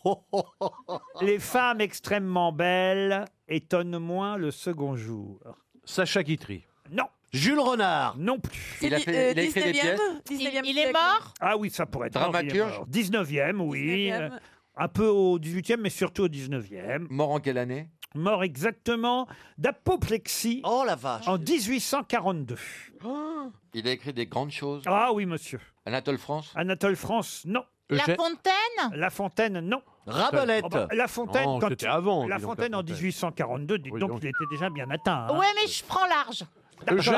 Les femmes extrêmement belles étonnent moins le second jour. Sacha Guitry. Non. Jules Renard. Non plus. Il a euh, fait- il a écrit des pièces Il, il est mort Ah oui, ça pourrait être. Dramaturge. mort, il est mort. 19e, oui. 19e. Euh, Un peu au 18e, mais surtout au 19e. Mort en quelle année Mort exactement d'apoplexie. Oh la vache En 1842. Il a écrit des grandes choses. Ah oui, monsieur. Anatole France Anatole France, non. La Fontaine La Fontaine, non. Rabelet. Oh, bah, La Fontaine, Non, quand c'était il- avant, La dis donc, Fontaine La en Fontaine. 1842, dites Oui, donc, donc. Oh, il était déjà bien Ah, atteint. hein. Ouais, mais je prends large. Eugène-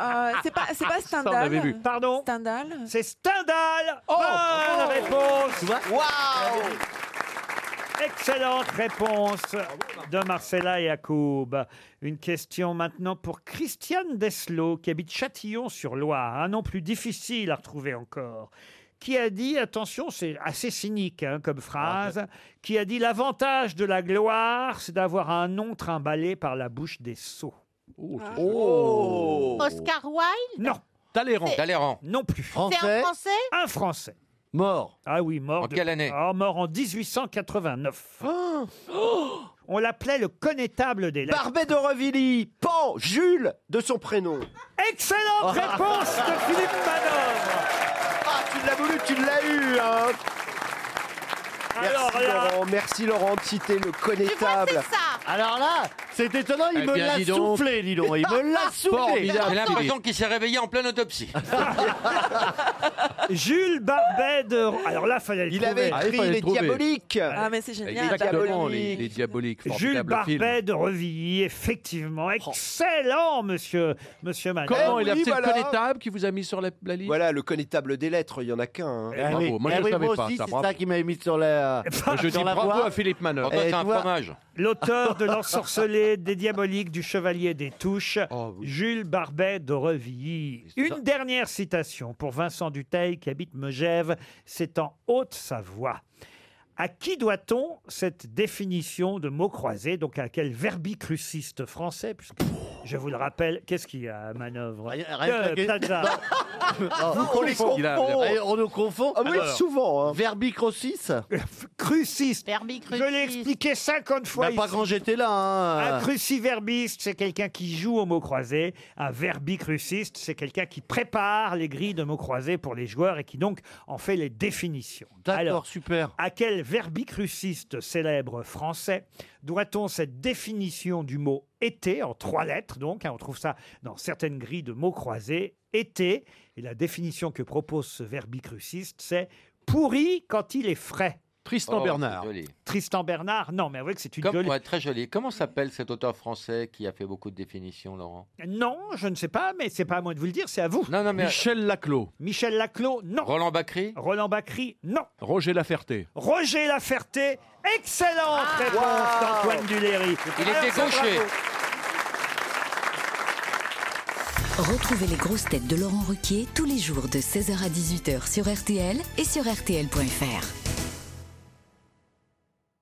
Euh, c'est pas, c'est pas Ah, Ça, on l'avait vu. Stendhal. Pardon. Stendhal. C'est Stendhal. Bonne réponse. Excellente réponse de Marcella Yacoub. Une question maintenant pour Christiane Deslo, qui habite Châtillon sur Loire, un nom plus difficile à retrouver encore, qui a dit, attention, c'est assez cynique hein, comme phrase, qui a dit l'avantage de la gloire, c'est d'avoir un nom trimballé par la bouche des sots. Oscar Wilde Non. Talleyrand. C'est- Talleyrand. Non plus. C'est un Français Un Français. Mort. Ah oui, mort. En quelle année Ah, Mort en 1889. On l'appelait le connétable des lettres. Oh Barbet d'Aurevilly, Pan, Jules, de son prénom. Oh. Excellente réponse de Philippe Manor. Ah, tu l'as voulu, tu l'as eu, hein Alors Merci là- Laurent, merci Laurent de citer le connétable. Alors là, c'est étonnant, il Eh me bien, l'a dis donc. soufflé, dis donc. Il me l'a soufflé. J'ai l'impression qu'il s'est réveillé en pleine autopsie. Jules Barbet de... Alors là, fallait le Il trouver. avait Ah, il écrit fallait Les le trouver. Diaboliques. Ah, mais c'est génial. Exactement, les, les diaboliques. Jules formidable film. Oh. Barbet de Revilly, effectivement. Excellent, monsieur, monsieur Manon. Eh Comment il a fait le connétable qui vous a mis sur la, liste Voilà, le connétable des lettres, il y en a qu'un. hein. Eh Bravo, oui. moi, je Eh le oui, savais moi pas, aussi, ça, c'est bravo. ça qui m'a mis sur la. Je dis sur la bravo voie. à Philippe Manœuvre. Et toi- Eh, L'auteur de L'ensorcelé, des diaboliques, du chevalier des touches, Jules Barbet de Revilly. Une dernière citation pour Vincent Duteil qui habite Megève, c'est en Haute-Savoie. À qui doit-on cette définition de mot croisé Donc à quel verbicruciste français puisque je vous le rappelle, qu'est-ce qu'il y a à manœuvre rien que la- Plaza. Non, Vous confondez. Eh, On nous confond. Ah oui, souvent. hein. Verbicrocis Cruciste. Je l'ai expliqué 50 fois. Bah, pas ici. quand j'étais là, hein. Un cruciverbiste, c'est quelqu'un qui joue aux mots croisés. Un verbicruciste, c'est quelqu'un qui prépare les grilles de mots croisés pour les joueurs et qui donc en fait les définitions. Alors, super. À quel verbicruciste célèbre français doit-on cette définition du mot été en trois lettres Donc, hein, on trouve ça dans certaines grilles de mots croisés. Été. Et la définition que propose ce verbicruciste, c'est pourri quand il est frais. Tristan Oh, Bernard. c'est joli. Tristan Ah, Bernard, non, mais avouez que c'est une Comme, gueule. ouais, très joli. Comment s'appelle cet auteur français qui a fait beaucoup de définitions, Laurent Non, je ne sais pas, mais c'est pas à moi de vous le dire, c'est à vous. non, mais- Michel Laclos. Michel Laclos, non. Roland Bacry Roland Bacry, non. Roger Laferté. Roger Laferté, excellente réponse Wow. d'Antoine Duléry. Il Alors était ça, gaucher. bravo. Retrouvez les grosses têtes de Laurent Ruquier tous les jours de 16h à 18h sur RTL et sur RTL.fr.